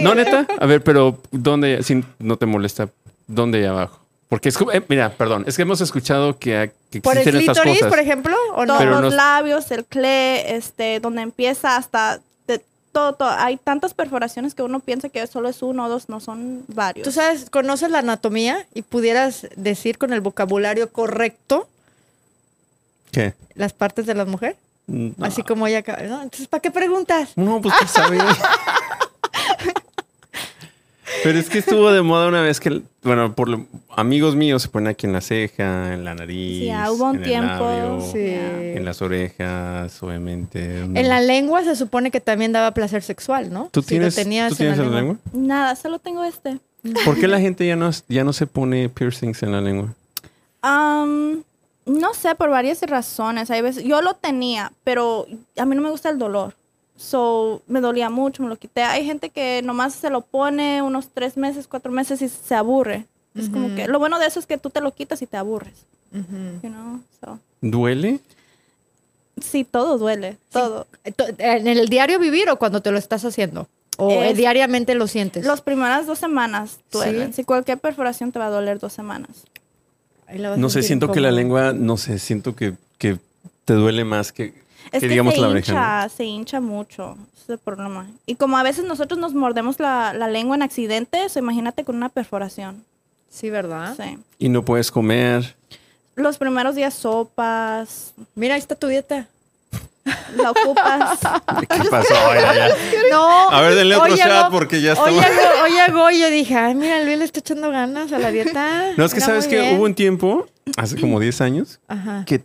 S2: No, neta. A ver, pero ¿dónde? Si no te molesta, ¿dónde hay abajo? Porque es como, eh, mira, perdón, es que hemos escuchado que, que
S1: ¿Por el
S2: existen estas
S1: clítoris,
S2: cosas.
S1: por ejemplo? ¿O no?
S3: Todos
S2: Pero
S3: los
S2: no-
S3: labios, el cle, este, donde empieza hasta de todo, todo. Hay tantas perforaciones que uno piensa que solo es uno o dos, no son varios.
S1: Tú sabes, conoces la anatomía y pudieras decir con el vocabulario correcto
S2: ¿Qué?
S1: las partes de la mujer.
S2: No.
S1: Así como ella acaba.
S2: pues,
S1: ¿no? Entonces, ¿para qué preguntas?
S2: No, pues tú sabes. Pero es que estuvo de moda una vez que, bueno, por lo- amigos míos se ponen aquí en la ceja, en la nariz,
S3: Sí, ah, hubo un
S2: en el
S3: tiempo.
S2: labio,
S1: Sí.
S2: en las orejas, obviamente.
S1: En la lengua se supone que también daba placer sexual, ¿no?
S2: ¿Tú
S1: Si lo
S2: tienes,
S1: tenías
S2: ¿tú
S1: en
S2: tienes en la lengua?
S3: Nada, solo tengo este.
S2: ¿Por qué la gente ya no, ya no se pone piercings en la lengua?
S3: Am, no sé, por varias razones. Hay veces, yo lo tenía, pero a mí no me gusta el dolor. So, me dolía mucho, me lo quité. Hay gente que nomás se lo pone unos tres meses, cuatro meses y se aburre. Es como que, lo bueno de eso es que tú te lo quitas y te aburres,
S1: Ujú.
S3: you know? So,
S2: ¿Duele?
S3: sí, todo duele, todo.
S1: To- ¿En el diario vivir o cuando te lo estás haciendo? ¿O
S3: Es-
S1: diariamente lo sientes?
S3: Las primeras dos semanas duelen.
S1: Sí.
S3: Si cualquier perforación te va a doler dos semanas.
S1: Ahí la vas a
S2: No sé,
S1: sentir
S2: siento que la
S1: incómoda.
S2: lengua, no sé, siento que, que te duele más que, que
S3: Es que,
S2: digamos
S3: se
S2: la
S3: hincha,
S2: oreja. ¿no?
S3: se hincha mucho. Ese es el problema. Y como a veces nosotros nos mordemos la, la lengua en accidentes, imagínate con una perforación.
S1: Sí, ¿verdad?
S3: Sí.
S2: Y no puedes comer.
S3: Los primeros días sopas,
S1: Mira, ahí está tu dieta.
S3: la ocupas.
S1: Ah.
S2: ¿Qué pasó? Ay, ay, ay.
S1: No.
S2: A ver, denle otro
S1: hoy
S2: shot
S1: llegó-
S2: porque ya
S1: Hoy
S2: estamos-
S1: llegó, hoy llegó y yo dije, ay, mira, Luis le está echando ganas a la dieta.
S2: No, es que
S1: Mira,
S2: sabes
S1: muy
S2: que
S1: bien.
S2: hubo un tiempo, hace como 10 años,
S1: Ajá.
S2: que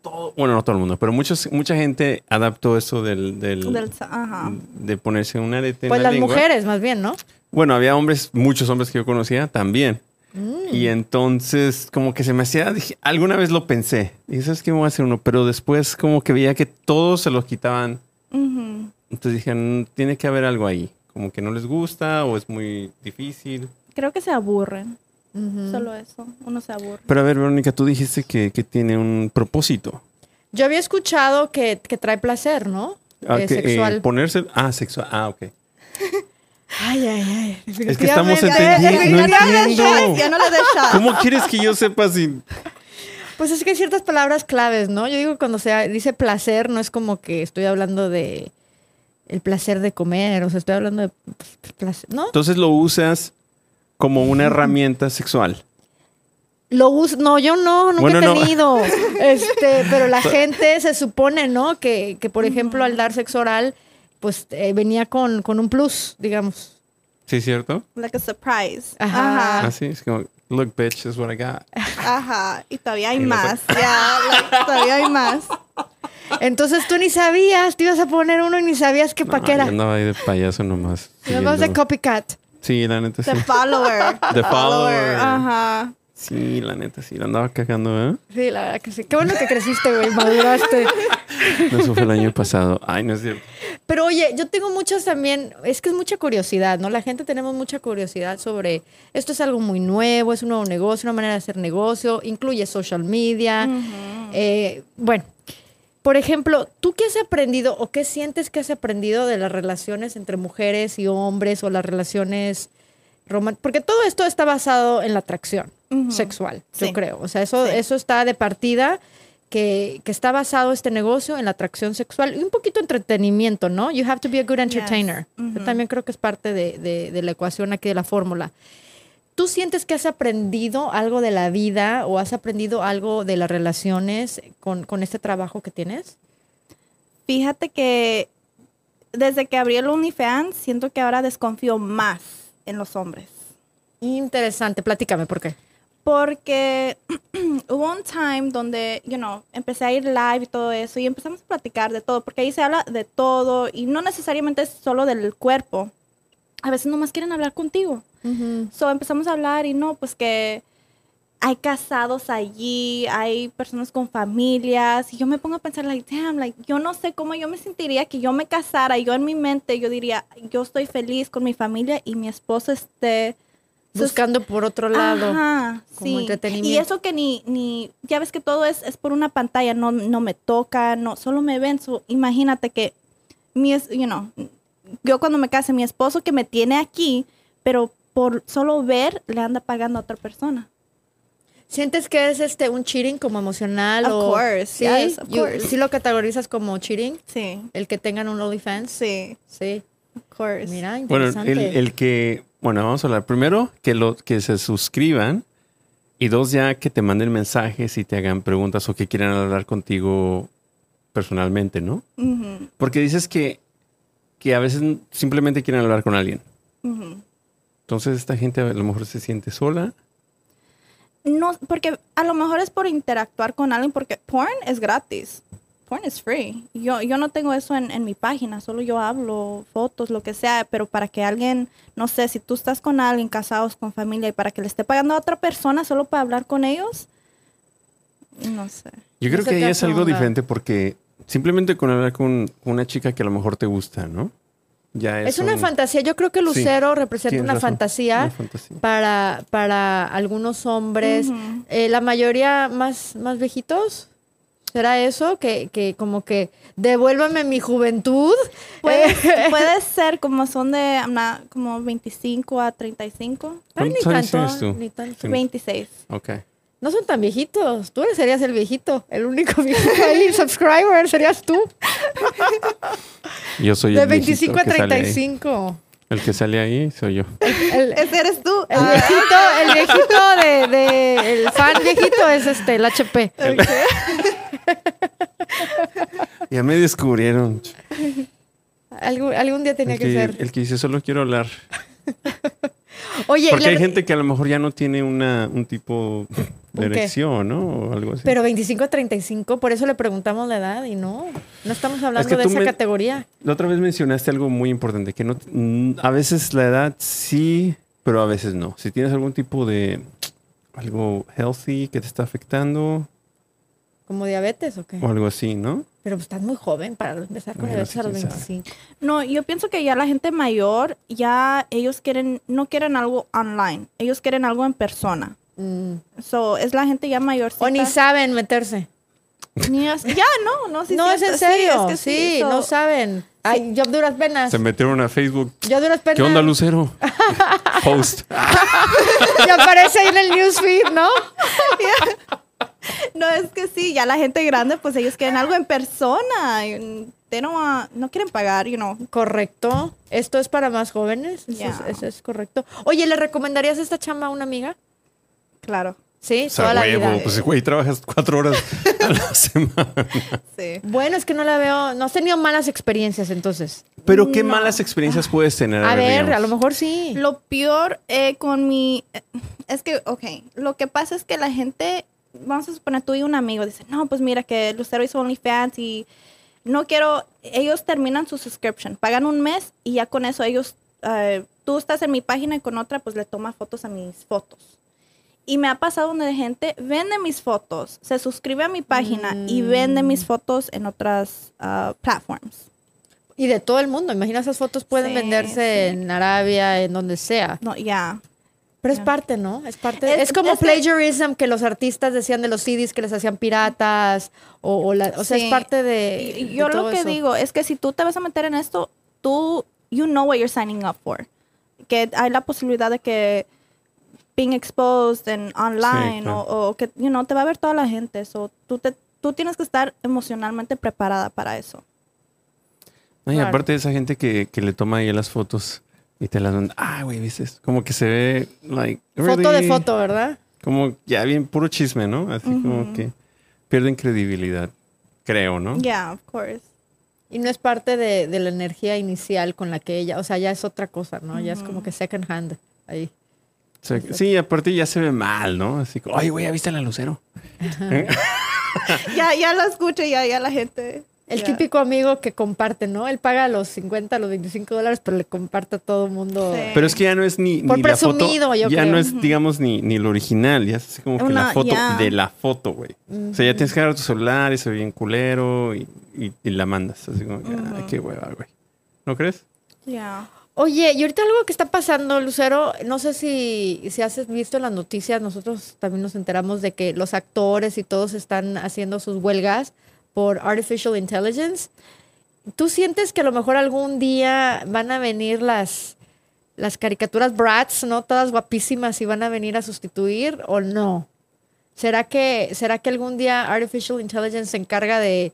S2: todo, bueno, no todo el mundo, pero muchos, mucha gente adaptó eso del, del-
S3: del sa- ajá.
S2: de ponerse un arete
S1: ah.
S2: en
S1: Pues
S2: la
S1: las
S2: lengua.
S1: mujeres, más bien, ¿no?
S2: Bueno, había hombres, muchos hombres que yo conocía también.
S1: Mm,
S2: Y entonces, como que se me hacía, dije, alguna vez lo pensé. Y dije, ¿sabes qué? Me voy a hacer uno. Pero después, como que veía que todos se los quitaban.
S3: Ujú.
S2: Entonces dije, "Mm, tiene que haber algo ahí. Como que no les gusta o es muy difícil.
S3: Creo que se aburren.
S1: Ujú.
S3: Solo eso. Uno se aburre.
S2: Pero a ver, Verónica, tú dijiste que, que tiene un propósito.
S1: Yo había escuchado que, que trae placer, ¿no?
S2: Ah,
S1: Eh,
S2: que, eh,
S1: sexual.
S2: ponerse. Ah, sexual. Ah, ok.
S1: Ay, ay, ay.
S2: Es que estamos
S1: Definitivamente.
S2: entendiendo. No entiendo.
S3: Ya no le des shot.
S2: ¿Cómo quieres que yo sepa si
S1: Pues es que hay ciertas palabras claves, ¿no? Yo digo cuando se dice placer, no es como que estoy hablando de el placer de comer, o sea, estoy hablando de pues, placer, ¿no?
S2: Entonces lo usas como una herramienta sexual.
S1: Lo uso, no, yo no, nunca
S2: Bueno,
S1: he
S2: no.
S1: tenido. Este, pero la gente se supone, ¿no? Que, que por ejemplo, al dar sexo oral, pues eh, venía con, con un plus, digamos.
S2: ¿Sí es cierto?
S3: Like a surprise.
S1: Ajá.
S3: Ajá.
S1: Ah.
S2: Así es como, look, bitch, this is what I got.
S3: Ajá. Y todavía hay
S2: Y lo
S3: más. Ya, like, todavía hay más.
S1: Entonces tú ni sabías, te ibas a poner uno y ni sabías qué
S2: No,
S1: paquera.
S2: yo andaba ahí de payaso nomás.
S1: Nos vamos de
S2: siguiendo.
S1: copycat.
S2: Sí, la neta sí.
S3: The follower.
S2: The follower.
S3: Ajá.
S2: Sí, la neta sí. La andaba cagando, ¿eh?
S1: Sí, la verdad que sí. Qué bueno que creciste, güey, maduraste.
S2: No, Eso fue el año pasado. Ay, no es cierto.
S1: Pero oye, yo tengo muchas también, es que es mucha curiosidad, ¿no? La gente tenemos mucha curiosidad sobre esto es algo muy nuevo, es un nuevo negocio, una manera de hacer negocio, incluye social media. Eh, bueno, por ejemplo, ¿tú qué has aprendido o qué sientes que has aprendido de las relaciones entre mujeres y hombres o las relaciones románticas? Porque todo esto está basado en la atracción
S3: Ujú.
S1: sexual,
S3: Sí.
S1: yo creo. O sea, eso,
S3: Sí.
S1: eso está de partida, que, que está basado este negocio en la atracción sexual y un poquito entretenimiento, ¿no? You have to be a good entertainer. Yo
S3: Ujú.
S1: también creo que es parte de, de- de la ecuación aquí de la fórmula. ¿Tú sientes que has aprendido algo de la vida o has aprendido algo de las relaciones con, con este trabajo que tienes?
S3: Fíjate que desde que abrí el OnlyFans, siento que ahora desconfío más en los hombres.
S1: Interesante, platícame por qué.
S3: Porque hubo un time donde, you know, empecé a ir live y todo eso y empezamos a platicar de todo, porque ahí se habla de todo y no necesariamente es solo del cuerpo. A veces nomás quieren hablar contigo. So empezamos a hablar y no, pues que hay casados allí, hay personas con familias. Y yo me pongo a pensar, like, damn, like, yo no sé cómo yo me sentiría que yo me casara. Yo en mi mente, yo diría, yo estoy feliz con mi familia y mi esposo esté
S1: Buscando por otro lado.
S3: Ajá,
S1: como
S3: sí.
S1: entretenimiento.
S3: Y eso que ni, ni, ya ves que todo es, es por una pantalla, no, no me toca, no, solo me ven. So, imagínate que mi es, you know, yo cuando me case, mi esposo que me tiene aquí, pero por solo ver le anda pagando a otra persona.
S1: ¿Sientes que es este un cheating como emocional?
S3: Of
S1: o,
S3: course,
S1: ¿sí?
S3: yes, of
S1: You-
S3: course.
S1: ¿Sí lo categorizas como cheating?
S3: Sí,
S1: El que tengan un OnlyFans.
S3: sí,
S1: Sí.
S3: of course.
S1: Mira,
S2: Bueno,
S1: interesante.
S2: el, el que. Bueno, vamos a hablar primero que, lo, que se suscriban y dos, ya que te manden mensajes y te hagan preguntas o que quieran hablar contigo personalmente, ¿no?
S3: Ujú,
S2: Porque dices que, que a veces simplemente quieren hablar con alguien.
S3: ujú.
S4: Entonces esta gente a lo mejor se siente sola.
S3: No, porque a lo mejor es por interactuar con alguien, porque porn es gratis. Porn es free. Yo, yo no tengo eso en, en mi página, solo yo hablo, fotos, lo que sea, pero para que alguien, no sé, si tú estás con alguien, casados, con familia, y para que le esté pagando a otra persona solo para hablar con ellos, no sé.
S4: Yo creo
S1: Ese
S4: que ahí
S1: te
S4: es algo
S1: acomoda.
S4: diferente porque simplemente con hablar con una chica que a lo mejor te gusta, ¿no? Ya es,
S1: Es una
S4: un-
S1: fantasía. Yo creo que Lucero representa
S4: tienes
S1: una
S4: razón,
S1: fantasía,
S4: una fantasía.
S1: Para, para algunos hombres.
S3: Ujú.
S1: Eh, la mayoría más, más viejitos. ¿Será eso? Que, que como que devuélvame mi juventud.
S3: Puede,
S1: Eh,
S3: puede ser como son de I'm not- como 25 a 35,
S1: ay, ni
S4: ¿Cuántos años
S1: tanto,
S4: tienes tú?
S1: ni tanto.
S4: Sí.
S3: 26.
S4: Ok.
S1: No son tan viejitos. Tú eres- serías el viejito. El único viejito ahí, subscriber, serías tú.
S4: Yo soy
S1: De
S4: el viejito
S1: 25 a
S4: que sale ahí.
S1: 35.
S4: El que sale ahí soy yo.
S1: El,
S3: Ese eres tú.
S1: el viejito, el viejito de, de- el fan viejito es este, el HP.
S4: Ya me descubrieron.
S1: Algún, algún día tenía
S4: El
S1: que,
S4: que,
S1: ser.
S4: el que dice solo quiero hablar.
S1: Oye,
S4: Porque
S1: la
S4: hay
S1: ver-
S4: gente que a lo mejor ya no tiene una, un tipo de
S1: ¿Un qué?
S4: erección, ¿no? O algo así.
S1: pero 25 a 35, por eso le preguntamos la edad y no, no estamos hablando
S4: que
S1: de
S4: tú
S1: esa
S4: me-
S1: categoría.
S4: La otra vez mencionaste algo muy importante, que no mm, a veces la edad sí, pero a veces no. Si tienes algún tipo de algo healthy que te está afectando
S1: ¿Como diabetes o qué?
S4: o algo así, ¿no?
S1: Pero pues, estás muy joven para empezar con
S4: Bueno,
S1: diabetes
S4: sí,
S1: a los
S4: quién sabe.
S1: 25.
S3: No, yo pienso que ya la gente mayor, ya ellos quieren, no quieren algo online, ellos quieren algo en persona.
S1: Mm.
S3: So, es la gente ya mayor.
S1: O ni saben meterse.
S3: Ya, no, no, sí,
S1: no, es
S3: cierto,
S1: en serio.
S3: es que
S1: Sí, no
S3: so-
S1: saben. Ay, yo a duras penas.
S4: Se metieron a Facebook.
S1: Yo a duras penas.
S4: ¿Qué onda, Lucero? Host.
S1: Y aparece ahí en el newsfeed, ¿no?
S3: No, es que sí, ya la gente grande, pues ellos quieren algo en persona. y, mm, They don't want- no quieren pagar, you know.
S1: Correcto. Esto es para más jóvenes. Eso,
S3: Ya.
S1: es, eso es correcto. Oye, ¿le recomendarías esta chamba a una amiga?
S3: Claro,
S1: Sí,
S4: O sea,
S1: toda la
S4: huevo,
S1: vida.
S4: pues güey, trabajas cuatro horas a la semana.
S3: sí.
S1: Bueno, es que no la veo. No has tenido malas experiencias entonces.
S4: Pero qué malas experiencias puedes tener.
S1: A ver, a lo
S4: digamos.
S1: mejor sí.
S3: Lo peor eh, con mi... eh, Es que, ok, lo que pasa es que la gente, vamos a suponer tú y un amigo, dicen, no, pues mira que Lucero hizo OnlyFans y no quiero, ellos terminan su subscription, pagan un mes y ya con eso ellos, eh, tú estás en mi página y con otra pues le toma fotos a mis fotos. Y me ha pasado donde gente vende mis fotos, se suscribe a mi página y vende mis fotos en otras ah, platforms.
S1: Y de todo el mundo. Imagina esas fotos pueden
S3: Sí,
S1: venderse
S3: sí.
S1: en Arabia, en donde sea.
S3: No, ya.
S1: Pero es
S3: Ya.
S1: parte, ¿no? Es parte.
S3: Es-
S1: Es, como
S3: es que-
S1: plagiarism que los artistas decían de los CDs que les hacían piratas. O, o la- o sea,
S3: Sí.
S1: es parte de.
S3: Y-
S1: Eh, de
S3: Yo lo
S1: todo
S3: que
S1: eso.
S3: digo es que si tú te vas a meter en esto, tú, you know what you're signing up for. Que hay la posibilidad de que being exposed en online
S4: Sí, claro.
S3: o, o que, you know, te va a ver toda la gente. So, tú, te, tú tienes que estar emocionalmente preparada para eso.
S4: No, y
S1: Claro.
S4: aparte de esa gente que, que le toma ahí las fotos y te las manda. Ah, güey, ¿viste? Como que se ve, like,
S1: Foto
S4: really-
S1: de foto, ¿verdad?
S4: Como ya bien puro chisme, ¿no? Así como que pierden credibilidad, creo, ¿no?
S3: Yeah, of course.
S1: Y no es parte de, de la energía inicial con la que ella. O sea, ya es otra cosa, ¿no? Ya es como que second hand ahí.
S4: O sea, sí, aparte ya se ve mal, ¿no? Así como, ay, güey, ¿ya viste a la lucero?
S3: ya, ya lo escucho, ya, ya la gente.
S1: El
S3: ya.
S1: típico amigo que comparte, ¿no? Él paga los 50, los 25 dólares, pero le comparte a todo el mundo.
S3: Sí.
S4: Pero es que ya no es ni,
S1: Eh. Por
S4: ni la foto.
S1: presumido, yo
S4: ya
S1: creo.
S4: no es, digamos, ni, ni lo original. Ya es así como que la
S3: Una-
S4: foto
S3: ya.
S4: de la foto, güey.
S1: Mm,
S4: O sea, ya tienes que agarrar tu celular y se ve bien culero y, y- y la mandas. Así como, que, ay, qué hueva, güey. ¿No crees?
S3: Yeah.
S1: Oye, y ahorita algo que está pasando, Lucero, no sé si, si has visto en las noticias, nosotros también nos enteramos de que los actores y todos están haciendo sus huelgas por artificial intelligence. ¿Tú sientes que a lo mejor algún día van a venir las, las caricaturas brats, ¿no? Todas guapísimas y van a venir a sustituir o no? ¿Será que, será que algún día artificial intelligence se encarga de,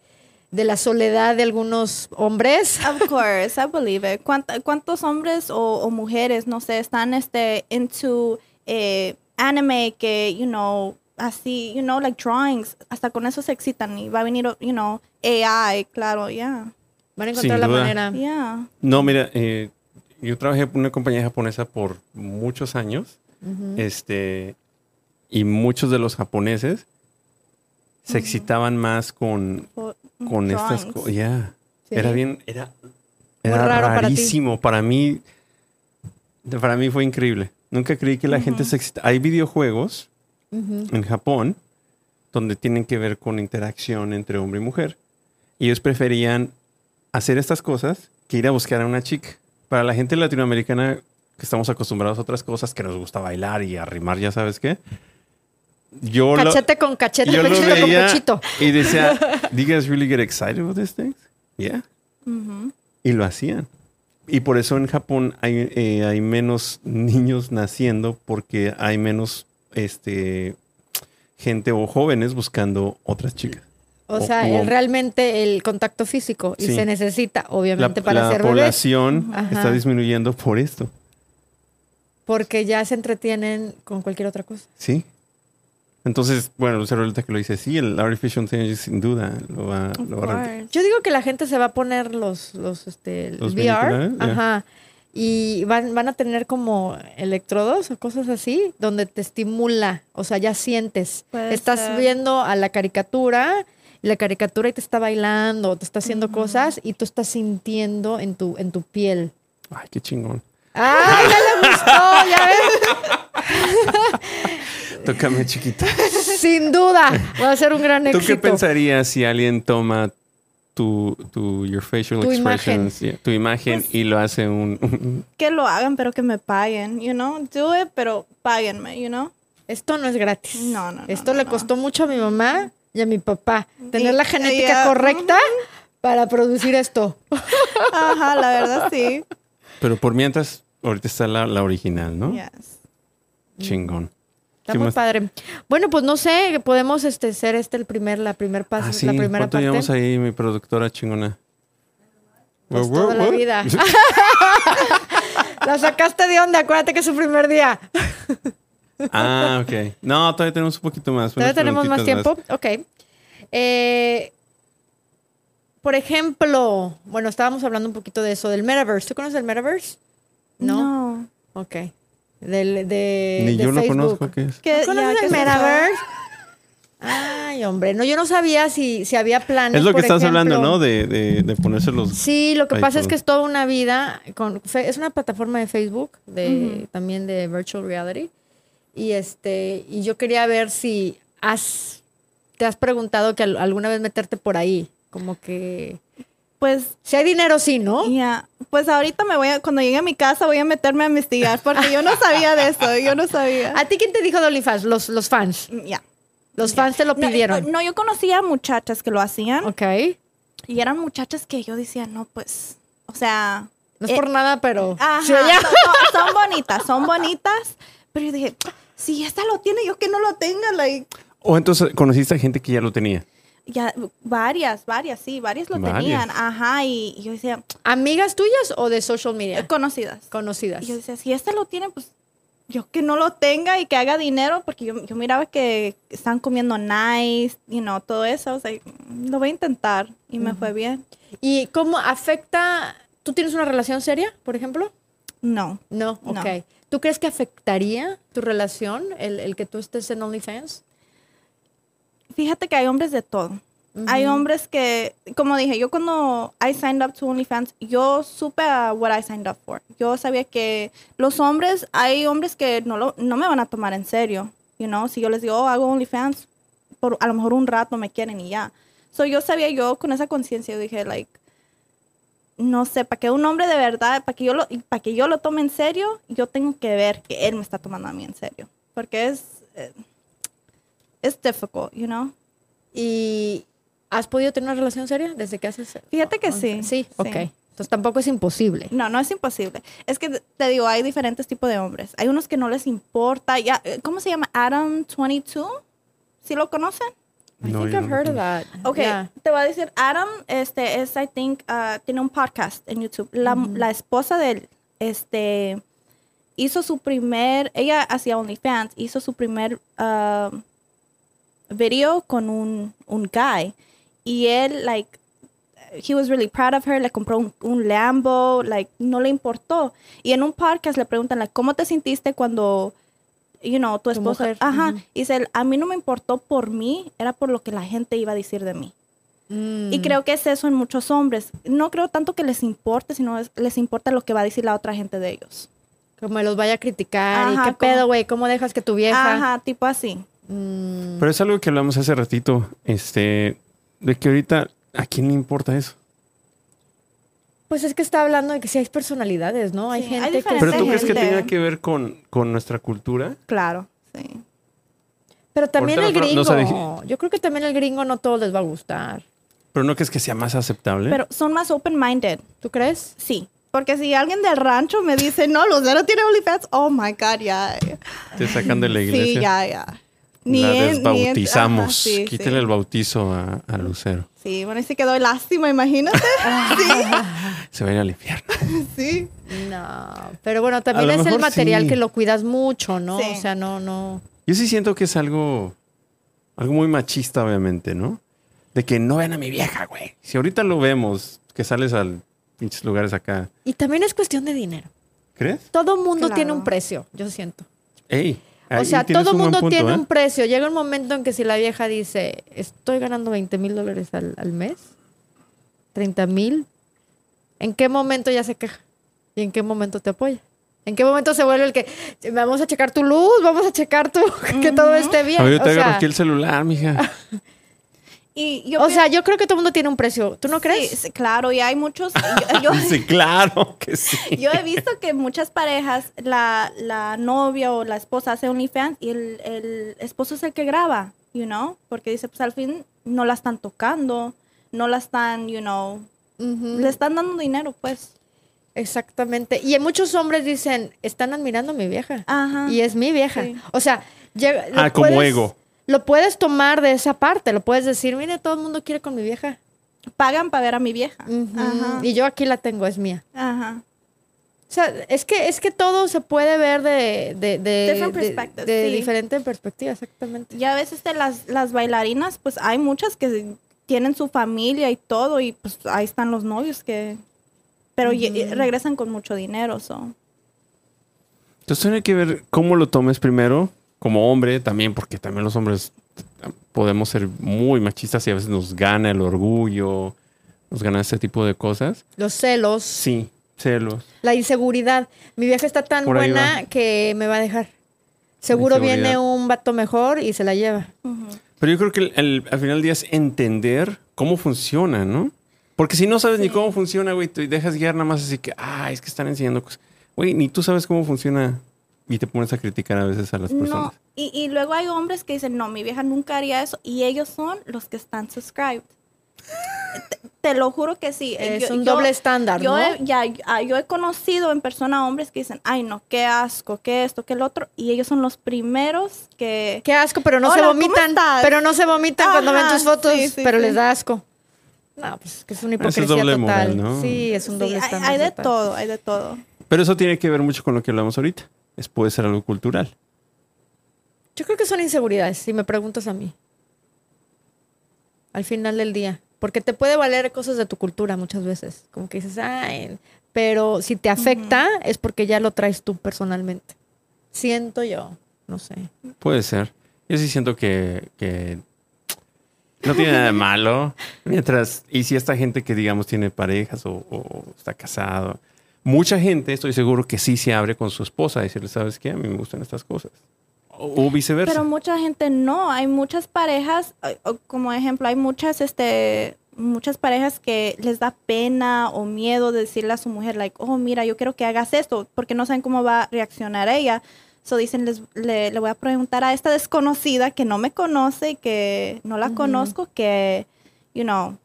S1: de la soledad de algunos hombres?
S3: Of course, I believe it. ¿Cuánta- ¿Cuántos hombres o, o mujeres, no sé, están este into eh, anime que, you know, así, you know, like drawings, hasta con eso se excitan y va a venir, you know, AI, claro, yeah.
S1: Van a
S4: Sin
S1: encontrar la
S4: duda.
S1: manera.
S3: Yeah.
S4: No, mira, eh, yo trabajé en una compañía japonesa por muchos años. Este, y muchos de los japoneses se excitaban más con,
S3: Fo-
S4: con estas
S3: drawings.
S4: cosas. Ya.
S1: Sí.
S4: Era bien, era, era
S1: raro para ti.
S4: rarísimo. Para, mí, para mí fue increíble. Nunca creí que la gente se excita. Hay videojuegos en Japón donde tienen que ver con interacción entre hombre y mujer. Y ellos preferían hacer estas cosas que ir a buscar a una chica. Para la gente latinoamericana que estamos acostumbrados a otras cosas, que nos gusta bailar y arrimar, ya sabes qué. Yo lo-
S1: Cachete con cachete,
S4: yo lo
S1: pechito con
S4: veía
S1: pechito.
S4: y decía, "Do you guys really get excited about these things?" Yeah.
S3: Mm-hmm.
S4: Y lo hacían. Y por eso en Japón hay, eh, hay menos niños naciendo porque hay menos este, gente o jóvenes buscando otras chicas.
S1: O sea,
S4: o-
S1: el- realmente el contacto físico y
S4: Sí.
S1: se necesita,
S4: La,
S1: obviamente, para
S4: la
S1: ser bebés,
S4: población
S1: Ajá.
S4: está disminuyendo por esto.
S1: porque ya se entretienen con cualquier otra cosa.
S4: Sí. Entonces, bueno, Lucero ahorita que lo dice, sí, el artificial intelligence sin duda lo va,
S3: Of
S4: Ah, lo va a reemplazar.
S3: course.
S1: Yo digo que la gente se va a poner los, los, este, el
S4: Los
S1: VR,
S4: binoculares, ya.
S1: ajá, y van, van a tener como electrodos o cosas así, donde te estimula, o sea, ya sientes.
S3: Puede
S1: Estás
S3: ser.
S1: viendo a la caricatura, y la caricatura y te está bailando, te está haciendo cosas y tú estás sintiendo en tu, en tu piel.
S4: Ay, qué chingón.
S1: ¡Ah, ya le gustó! ¿Ya ves?
S4: Tócame chiquita.
S1: Sin duda, va a ser un gran
S4: ¿Tú
S1: éxito.
S4: qué pensarías si alguien toma tu, tu your facial
S1: Tu Pues
S4: expressions, yeah, tu imagen y lo hace un, un-
S3: Que lo hagan, pero que me paguen, you know? Do it, pero páguenme, you know?
S1: Esto no es gratis.
S3: No, no, no,
S1: Esto
S3: no,
S1: le
S3: no.
S1: costó mucho a mi mamá y a mi papá. Tener
S3: Y-
S1: la genética
S3: ya,
S1: correcta para producir esto.
S3: Ajá, la verdad sí.
S4: pero por mientras ahorita está la, la original, ¿no?
S3: Yes.
S4: Chingón.
S1: Está
S4: ¿Qué
S1: muy
S4: más?
S1: padre. Bueno, pues no sé, podemos este ser este el primer, la primer paso,
S4: Ah, sí.
S1: la primera
S4: ¿Cuánto
S1: parte.
S4: llevamos ahí, mi productora chingona?
S1: Pues
S4: Wow, wow,
S1: toda la
S4: wow.
S1: vida. La sacaste de onda, acuérdate que es su primer día.
S4: ah, ok. No, todavía tenemos un poquito más.
S1: Todavía
S4: unas
S1: tenemos más
S4: preguntitas
S1: tiempo. Ok. Eh, por ejemplo, bueno, estábamos hablando un poquito de eso, del metaverse. ¿Tú conoces el metaverse?
S3: No.
S1: Ok. Del, de,
S4: Ni
S1: eh, de
S4: yo lo
S1: Facebook.
S4: conozco, ¿qué es?
S3: Que-
S1: ¿No conoces
S3: ya, que
S1: el
S3: se-
S1: Metaverse? Ay, hombre, no, yo no sabía si, si había planes.
S4: Es lo que
S1: por
S4: estás
S1: ejemplo.
S4: hablando, ¿no? De, de, de ponerse los...
S1: Sí, lo que
S4: Ay,
S1: pasa es
S4: perdón.
S1: que es toda una vida. Con, fe- es una plataforma de Facebook, de, también de virtual reality. Y este, y yo quería ver si has, te has preguntado que al- alguna vez meterte por ahí. Como que.
S3: Pues
S1: Si hay dinero, sí, ¿no?
S3: Ya, Pues ahorita me voy a, cuando llegue a mi casa voy a meterme a investigar porque yo no sabía de eso, yo no sabía.
S1: ¿A ti quién te dijo de OnlyFans? Los, los fans.
S3: Ya.
S1: Los fans te lo
S3: No,
S1: pidieron.
S3: No, yo conocía muchachas que lo hacían
S1: Ok.
S3: y eran muchachas que yo decía, no, pues, o sea,
S1: No es
S3: eh,
S1: por nada, pero.
S3: ajá,
S1: Sí, ella-
S3: son, son- son bonitas, son bonitas, pero yo dije, si esta lo tiene, yo que no lo tenga, like,
S4: O entonces conociste a gente que ya lo tenía.
S3: ya, varias, varias, sí, varias lo
S4: Varias.
S3: tenían, ajá, y, y yo decía,
S1: ¿Amigas tuyas o de social media?
S3: eh, conocidas.
S1: Conocidas.
S3: Y yo decía, si este lo tiene, pues yo que no lo tenga y que haga dinero, porque yo, yo miraba que están comiendo nice, you know, todo eso. O sea, lo voy a intentar. Y me fue bien.
S1: ¿Y cómo afecta? ¿Tú tienes una relación seria, por ejemplo?
S3: No.
S1: No,
S3: No.
S1: ok. ¿Tú crees que afectaría tu relación el, el que tú estés en OnlyFans?
S3: Fíjate que hay hombres de todo. Hay hombres que, como dije, yo cuando I signed up to OnlyFans, yo supe a what I signed up for. Yo sabía que los hombres, hay hombres que no, lo, no me van a tomar en serio. You know, si yo les digo, oh, hago OnlyFans, por, a lo mejor un rato me quieren y ya. So yo sabía, yo con esa conciencia, yo dije, like, no sé, para que un hombre de verdad, para que, yo lo, para que yo lo tome en serio, yo tengo que ver que él me está tomando a mí en serio. Porque es, eh, es difficult, you know.
S1: ¿Y has podido tener una relación seria desde que haces?
S3: Fíjate que
S1: on-
S3: sí,
S1: Sí,
S3: sí.
S1: ok. Entonces tampoco es imposible.
S3: No, no es imposible. Es que te digo, hay diferentes tipos de hombres. Hay unos que no les importa. Ya, eh, ¿Cómo se llama? Adam 22. ¿Sí lo conocen?
S1: I
S4: No,
S1: think
S4: yo
S1: I've
S4: no
S1: heard of
S4: conozco.
S1: that.
S3: Ok,
S1: Yeah.
S3: te voy a decir, Adam este, es, I think, ah, tiene un podcast en YouTube. La, la esposa de él este, hizo su primer, ella hacía OnlyFans, hizo su primer ah, video con un, un guy. Y él, like, he was really proud of her, le compró un, un Lambo, like, no le importó. Y en un podcast le preguntan, like, ¿cómo te sentiste cuando, you know, tu
S1: Tu
S3: esposa?
S1: mujer,
S3: Ajá.
S1: ujú.
S3: Y dice, él, a mí no me importó por mí, era por lo que la gente iba a decir de mí.
S1: Mm.
S3: Y creo que es eso en muchos hombres. No creo tanto que les importe, sino es- les importa lo que va a decir la otra gente de ellos.
S1: Como me los vaya a criticar.
S3: Ajá,
S1: ¿Y qué
S3: como-
S1: pedo, güey? ¿Cómo dejas que tu vieja?
S3: Ajá, tipo así.
S1: Mm,
S4: Pero es algo que hablamos hace ratito, este, de que ahorita, ¿a quién le importa eso?
S1: pues es que está hablando de que sí hay personalidades, ¿no? Hay
S3: Sí, hay
S1: gente que...
S3: diferentes
S4: Pero
S3: Esa
S4: tú crees que
S3: gente.
S4: tenga que ver con, con nuestra cultura?
S3: Claro, sí.
S1: Pero también el
S4: Ahorita no-
S1: gringo.
S4: no se
S1: Yo creo que también el gringo no todo les va a gustar.
S4: Pero no crees que sea más aceptable.
S3: Pero son más open-minded.
S1: ¿Tú crees?
S3: Sí. Porque si alguien del rancho me dice, no, Lucero tiene OnlyFans, oh my God, ya.
S4: Te sacan de la iglesia.
S3: Sí, ya, ya.
S4: la
S3: en- en-
S4: desbautizamos.
S3: ajá, sí,
S4: Quítale
S3: sí.
S4: el bautizo a, a Lucero.
S3: Sí, bueno, sí quedó lástima, imagínate. Ah,
S4: Se va a ir al infierno.
S3: sí.
S1: No. Pero bueno, también
S4: lo
S1: es el
S4: mejor
S1: material
S4: sí.
S1: que lo cuidas mucho, ¿no?
S3: Sí.
S1: O sea, no, no.
S4: Yo sí siento que es algo, algo muy machista, obviamente, ¿no? De que no vean a mi vieja, güey. Si ahorita lo vemos, que sales al pinches lugares acá,
S1: Y también es cuestión de dinero.
S4: ¿crees?
S1: Todo mundo
S3: Claro.
S1: tiene un precio, yo siento.
S4: Ey.
S1: O
S4: ahí
S1: sea,
S4: tienes
S1: todo
S4: un buen
S1: mundo
S4: punto,
S1: tiene
S4: ¿eh?
S1: un precio. Llega un momento en que si la vieja dice, estoy ganando 20 mil dólares al, al mes, 30 mil, ¿en qué momento ya se queja? ¿Y en qué momento te apoya? ¿En qué momento se vuelve el que vamos a checar tu luz, vamos a checar tu que todo esté bien?
S4: A ver, yo
S1: o,
S4: te agarro
S1: sea,
S4: aquí el celular, mija.
S3: Y yo
S1: o sea, yo creo que todo mundo tiene un precio. ¿Tú no crees?
S3: Sí, sí, claro, y hay muchos. Yo, yo-
S4: Sí, claro que sí.
S3: yo he visto que muchas parejas, la, la novia o la esposa hace OnlyFans y el, el esposo es el que graba, you know? Porque dice, pues al fin no la están tocando, no la están, you know,
S1: Ujú.
S3: le están dando dinero, pues.
S1: Exactamente. Y muchos hombres dicen, están admirando a mi vieja.
S3: Ajá.
S1: Y es mi vieja.
S3: Sí.
S1: O sea, llega- lo
S4: Ah, como ego.
S1: Lo puedes tomar de esa parte, lo puedes decir, mire, todo el mundo quiere con mi vieja.
S3: Pagan para ver a mi vieja.
S1: Ujú.
S3: Ajá.
S1: Y yo aquí la tengo, es mía.
S3: Ajá.
S1: O sea, es que, es que todo se puede ver de, de, de-
S3: Different
S1: de-
S3: perspectives,
S1: de
S3: sí.
S1: diferente perspectiva, exactamente.
S3: Y a veces de las, las bailarinas, pues hay muchas que tienen su familia y todo, y pues ahí están los novios que... Pero ye- regresan con mucho dinero, so.
S4: Entonces tiene que ver cómo lo tomes primero, como hombre también, porque también los hombres ah, podemos ser muy machistas y a veces nos gana el orgullo, nos gana ese tipo de cosas.
S1: Los celos,
S4: Sí, celos.
S1: la inseguridad. Mi vieja está tan
S4: Por ahí
S1: buena
S4: va.
S1: que me va a dejar. Seguro
S4: inseguridad.
S1: viene un vato mejor y se la lleva.
S4: Pero yo creo que el- el- al final del día es entender cómo funciona, ¿no? Porque si no sabes ni cómo funciona, güey, te dejas guiar nada más así que, ah, es que están enseñando cosas. Güey, ni tú sabes cómo funciona y te pones a criticar a veces a las
S3: No,
S4: personas.
S3: y, y luego hay hombres que dicen, no, mi vieja nunca haría eso, y ellos son los que están subscribed. te, te lo juro que sí. eh,
S1: Es un doble estándar,
S3: yo
S1: ¿no?
S3: he, ya, ah, yo he conocido en persona hombres que dicen, ay, no, qué asco, qué esto, qué el otro, y ellos son los primeros que...
S1: Qué asco, pero no se
S3: Hola, ¿cómo
S1: vomitan.
S3: estás?
S1: Pero no se vomitan cuando ven
S3: Ajá,
S1: tus fotos,
S3: sí, sí,
S1: pero
S3: sí.
S1: les da asco. No, pues que es una
S4: Eso es
S1: hipocresía
S4: doble
S1: total.
S4: moral, ¿no?
S1: Sí, es un
S3: Sí,
S1: doble
S3: hay-
S1: estándar.
S3: hay de
S1: total.
S3: todo, hay de todo.
S4: Pero eso tiene que ver mucho con lo que hablamos ahorita. Es, puede ser algo cultural.
S1: Yo creo que son inseguridades, si me preguntas a mí. Al final del día. Porque te puede valer cosas de tu cultura muchas veces. Como que dices, ay, pero si te afecta es porque ya lo traes tú personalmente. Siento yo, no sé.
S4: Puede ser. Yo sí siento que, que no tiene nada de malo. Mientras, y si esta gente que digamos tiene parejas o, o está casado, mucha gente estoy seguro que sí se abre con su esposa y decirle, ¿sabes qué? A mí me gustan estas cosas. O, o viceversa.
S3: Pero mucha gente no, hay muchas parejas, eh, o como ejemplo, hay muchas, este, muchas parejas que les da pena o miedo de decirle a su mujer, like, oh, mira, yo quiero que hagas esto, porque no saben cómo va a reaccionar ella. So dicen, les, le, le voy a preguntar a esta desconocida que no me conoce, y que no la
S1: Ujú.
S3: conozco, que, you know,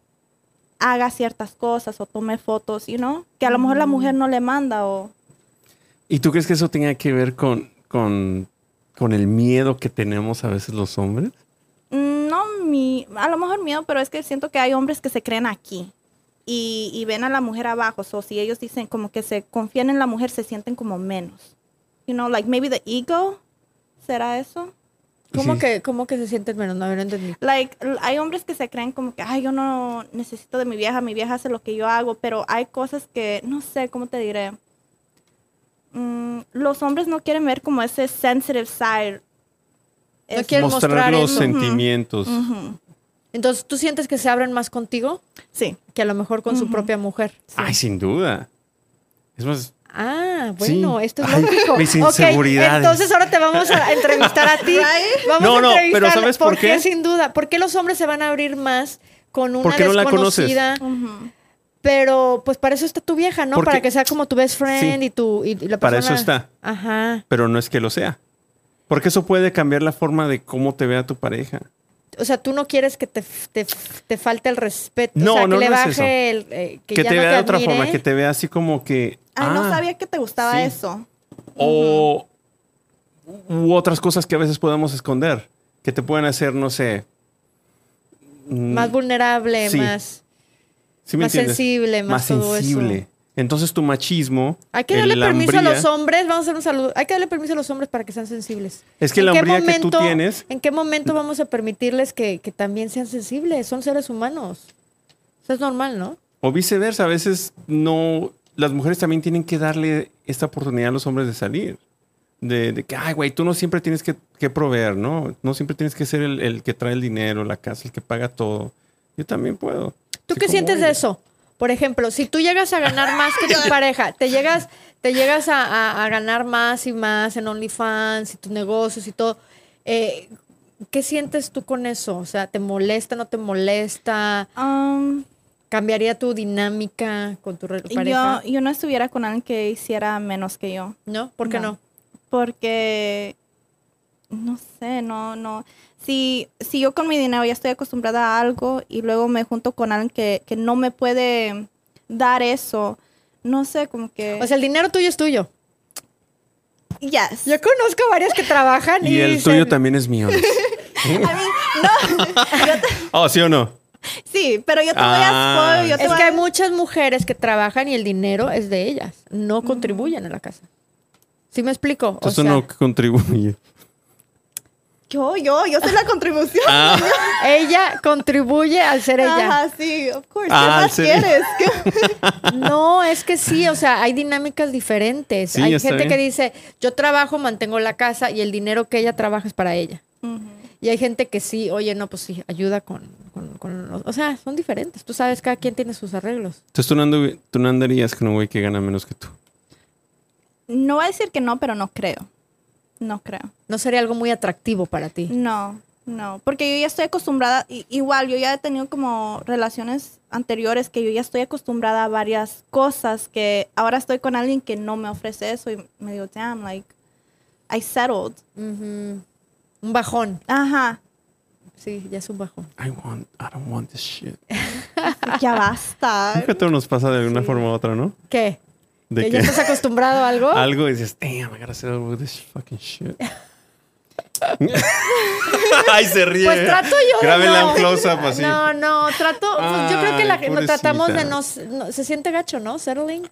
S3: haga ciertas cosas o tome fotos, you know, que a lo mejor la mujer no le manda o...
S4: ¿Y tú crees que eso tenga que ver con, con, con el miedo que tenemos a veces los hombres?
S3: No, mi, a lo mejor miedo, pero es que siento que hay hombres que se creen aquí y, y ven a la mujer abajo. O si ellos dicen como que se confían en la mujer, se sienten como menos. You know, like maybe the ego. ¿Será eso?
S1: ¿Cómo,
S4: Sí.
S1: que, ¿Cómo que se sienten menos? No, yo no entendí.
S3: Like, l- hay hombres que se creen como que, ay, yo no necesito de mi vieja, mi vieja hace lo que yo hago, pero hay cosas que, no sé, ¿cómo te diré? Mm, los hombres no quieren ver como ese sensitive side.
S1: No
S3: Es-
S1: quieren
S4: Mostrar
S1: mostrar
S4: los
S1: eso.
S4: sentimientos.
S3: Ujú.
S1: Entonces, ¿tú sientes que se abren más contigo
S3: Sí.
S1: que a lo mejor con su
S3: Ujú.
S1: propia mujer?
S4: Ay, sin duda. Es más,
S1: Ah,
S4: Sí.
S1: bueno, esto es
S4: Ay,
S1: lógico.
S4: mis
S1: Ok,
S4: inseguridades.
S1: entonces ahora te vamos a entrevistar a ti. Vamos
S4: No,
S1: a
S4: no, pero
S1: entrevistar-
S4: ¿sabes por qué?
S1: Sin duda. ¿Por qué los hombres se van a abrir más con una
S4: ¿Por qué no la conoces?
S1: desconocida?
S3: Ujú.
S1: Pero pues para eso está tu vieja, ¿no?
S4: Porque-
S1: Para que sea como tu best friend
S4: Sí.
S1: y tu y y la persona.
S4: Para eso está.
S1: Ajá.
S4: pero no es que lo sea. Porque eso puede cambiar la forma de cómo te vea tu pareja.
S1: O sea, tú no quieres que te, te, te falte el respeto.
S4: No,
S1: o sea,
S4: no,
S1: que le
S4: no es
S1: baje
S4: eso.
S1: el. eh, que
S4: Que,
S1: ya
S4: te
S1: no
S4: vea de otra
S1: admire.
S4: forma, que te vea así como que.
S3: Ay, no
S4: ah,
S3: sabía que te gustaba
S4: sí.
S3: eso.
S4: O u otras cosas que a veces podemos esconder, que te pueden hacer, no sé. mm,
S1: Más vulnerable,
S4: Sí.
S1: más.
S4: ¿sí me
S1: más
S4: entiendes?
S1: sensible, más todo eso.
S4: Entonces tu machismo.
S1: Hay que
S4: el-
S1: darle
S4: la
S1: permiso a
S4: hombría-
S1: los hombres. Vamos a hacer un saludo. Hay que darle permiso a los hombres para que sean sensibles.
S4: Es que
S1: ¿En
S4: la
S1: qué
S4: hombría que tú tienes-
S1: ¿En qué momento vamos a permitirles que, que también sean sensibles? Son seres humanos. Eso es normal, ¿no?
S4: O viceversa, a veces no. Las mujeres también tienen que darle esta oportunidad a los hombres de salir. De, de que, ay, güey, tú no siempre tienes que, que proveer, ¿no? No siempre tienes que ser el, el que trae el dinero, la casa, el que paga todo. Yo también puedo.
S1: ¿Tú
S4: Así
S1: qué
S4: como
S1: sientes de
S4: ella.
S1: eso? Por ejemplo, si tú llegas a ganar más que tu pareja, te llegas, te llegas a, a- a ganar más y más en OnlyFans y tus negocios y todo, eh, ¿qué sientes tú con eso? O sea, ¿te molesta, no te molesta?
S3: Um,
S1: ¿Cambiaría tu dinámica con tu re-
S3: yo,
S1: pareja?
S3: yo no estuviera con alguien que hiciera menos que yo.
S1: ¿No? ¿Por qué no?
S3: No. porque no sé, no, no. Si, si yo con mi dinero ya estoy acostumbrada a algo y luego me junto con alguien que, que no me puede dar eso, no sé, como que.
S1: O sea, el dinero tuyo es tuyo.
S3: yes.
S1: Yo conozco varias que trabajan y,
S4: Y el
S1: dicen,
S4: tuyo también es mío. Oh, ¿sí o no?
S3: sí, pero yo te voy
S4: Ah.
S3: a spoil, yo te
S1: Es
S3: voy
S1: que
S3: a-
S1: hay muchas mujeres que trabajan y el dinero es de ellas, no contribuyen a la casa. ¿Sí me explico? O
S4: Entonces
S1: sea,
S4: no contribuye.
S3: Yo, yo, yo soy la contribución.
S4: Ah,
S1: Ella contribuye al ser ella.
S3: Ajá, sí, of course. ¿Qué
S4: Ah,
S3: más
S4: ¿en serio?
S3: quieres? ¿Qué-
S1: No, es que sí, o sea, hay dinámicas diferentes.
S4: Sí,
S1: hay
S4: está
S1: gente
S4: bien.
S1: que dice, yo trabajo, mantengo la casa y el dinero que ella trabaja es para ella. Y hay gente que sí, oye, no, pues sí, ayuda con... con- con los- o sea, son diferentes. Tú sabes, cada quien tiene sus arreglos.
S4: entonces tú no, andu- tú no andarías con un güey que gana menos que tú.
S3: No voy a decir que no, pero no creo. No creo.
S1: No sería algo muy atractivo para ti.
S3: No, no, porque yo ya estoy acostumbrada, i- igual yo ya he tenido como relaciones anteriores que yo ya estoy acostumbrada a varias cosas que ahora estoy con alguien que no me ofrece eso y me digo, damn, like, I settled.
S1: Ujú. Un bajón.
S3: Ajá,
S1: Sí, ya es un bajón.
S4: I want, I don't want this shit.
S3: ya basta.
S4: Nunca a todos nos pasa de una forma u otra, ¿no?
S1: ¿Qué?
S4: De
S1: ¿Que ya estás acostumbrado a algo?
S4: algo y dices, damn, I gotta say with this fucking shit. Ay, se ríe.
S1: Pues trato yo de
S4: Grábenla
S1: no.
S4: en close-up así.
S1: No, no, trato. pues, yo creo que la
S4: Ay,
S1: gente tratamos de no,
S4: pobrecita.
S1: no- Se siente gacho, ¿no? Settling.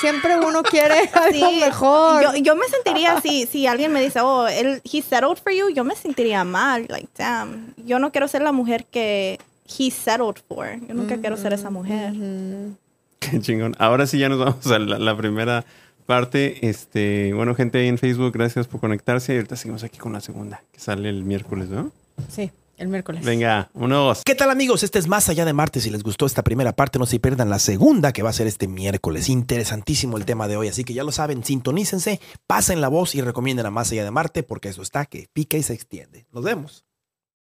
S1: Siempre uno quiere algo
S3: Sí,
S1: mejor.
S3: Yo, yo me sentiría así, si alguien me dice, oh, él, he settled for you, yo me sentiría mal, like, damn, yo no quiero ser la mujer que he settled for, yo nunca quiero ser esa mujer.
S1: Mm, Ujú.
S4: Qué chingón. Ahora sí ya nos vamos a la, la primera parte. Este, bueno, gente ahí en Facebook, gracias por conectarse. Y ahorita seguimos aquí con la segunda, que sale el miércoles, ¿no?
S1: Sí, el miércoles.
S4: Venga, uno, dos.
S5: ¿Qué tal amigos? Este es Más Allá de Marte. Si les gustó esta primera parte, no se pierdan la segunda que va a ser este miércoles. Interesantísimo el tema de hoy, así que ya lo saben, sintonícense, pasen la voz y recomienden a Más Allá de Marte porque eso está que pica y se extiende. Nos vemos.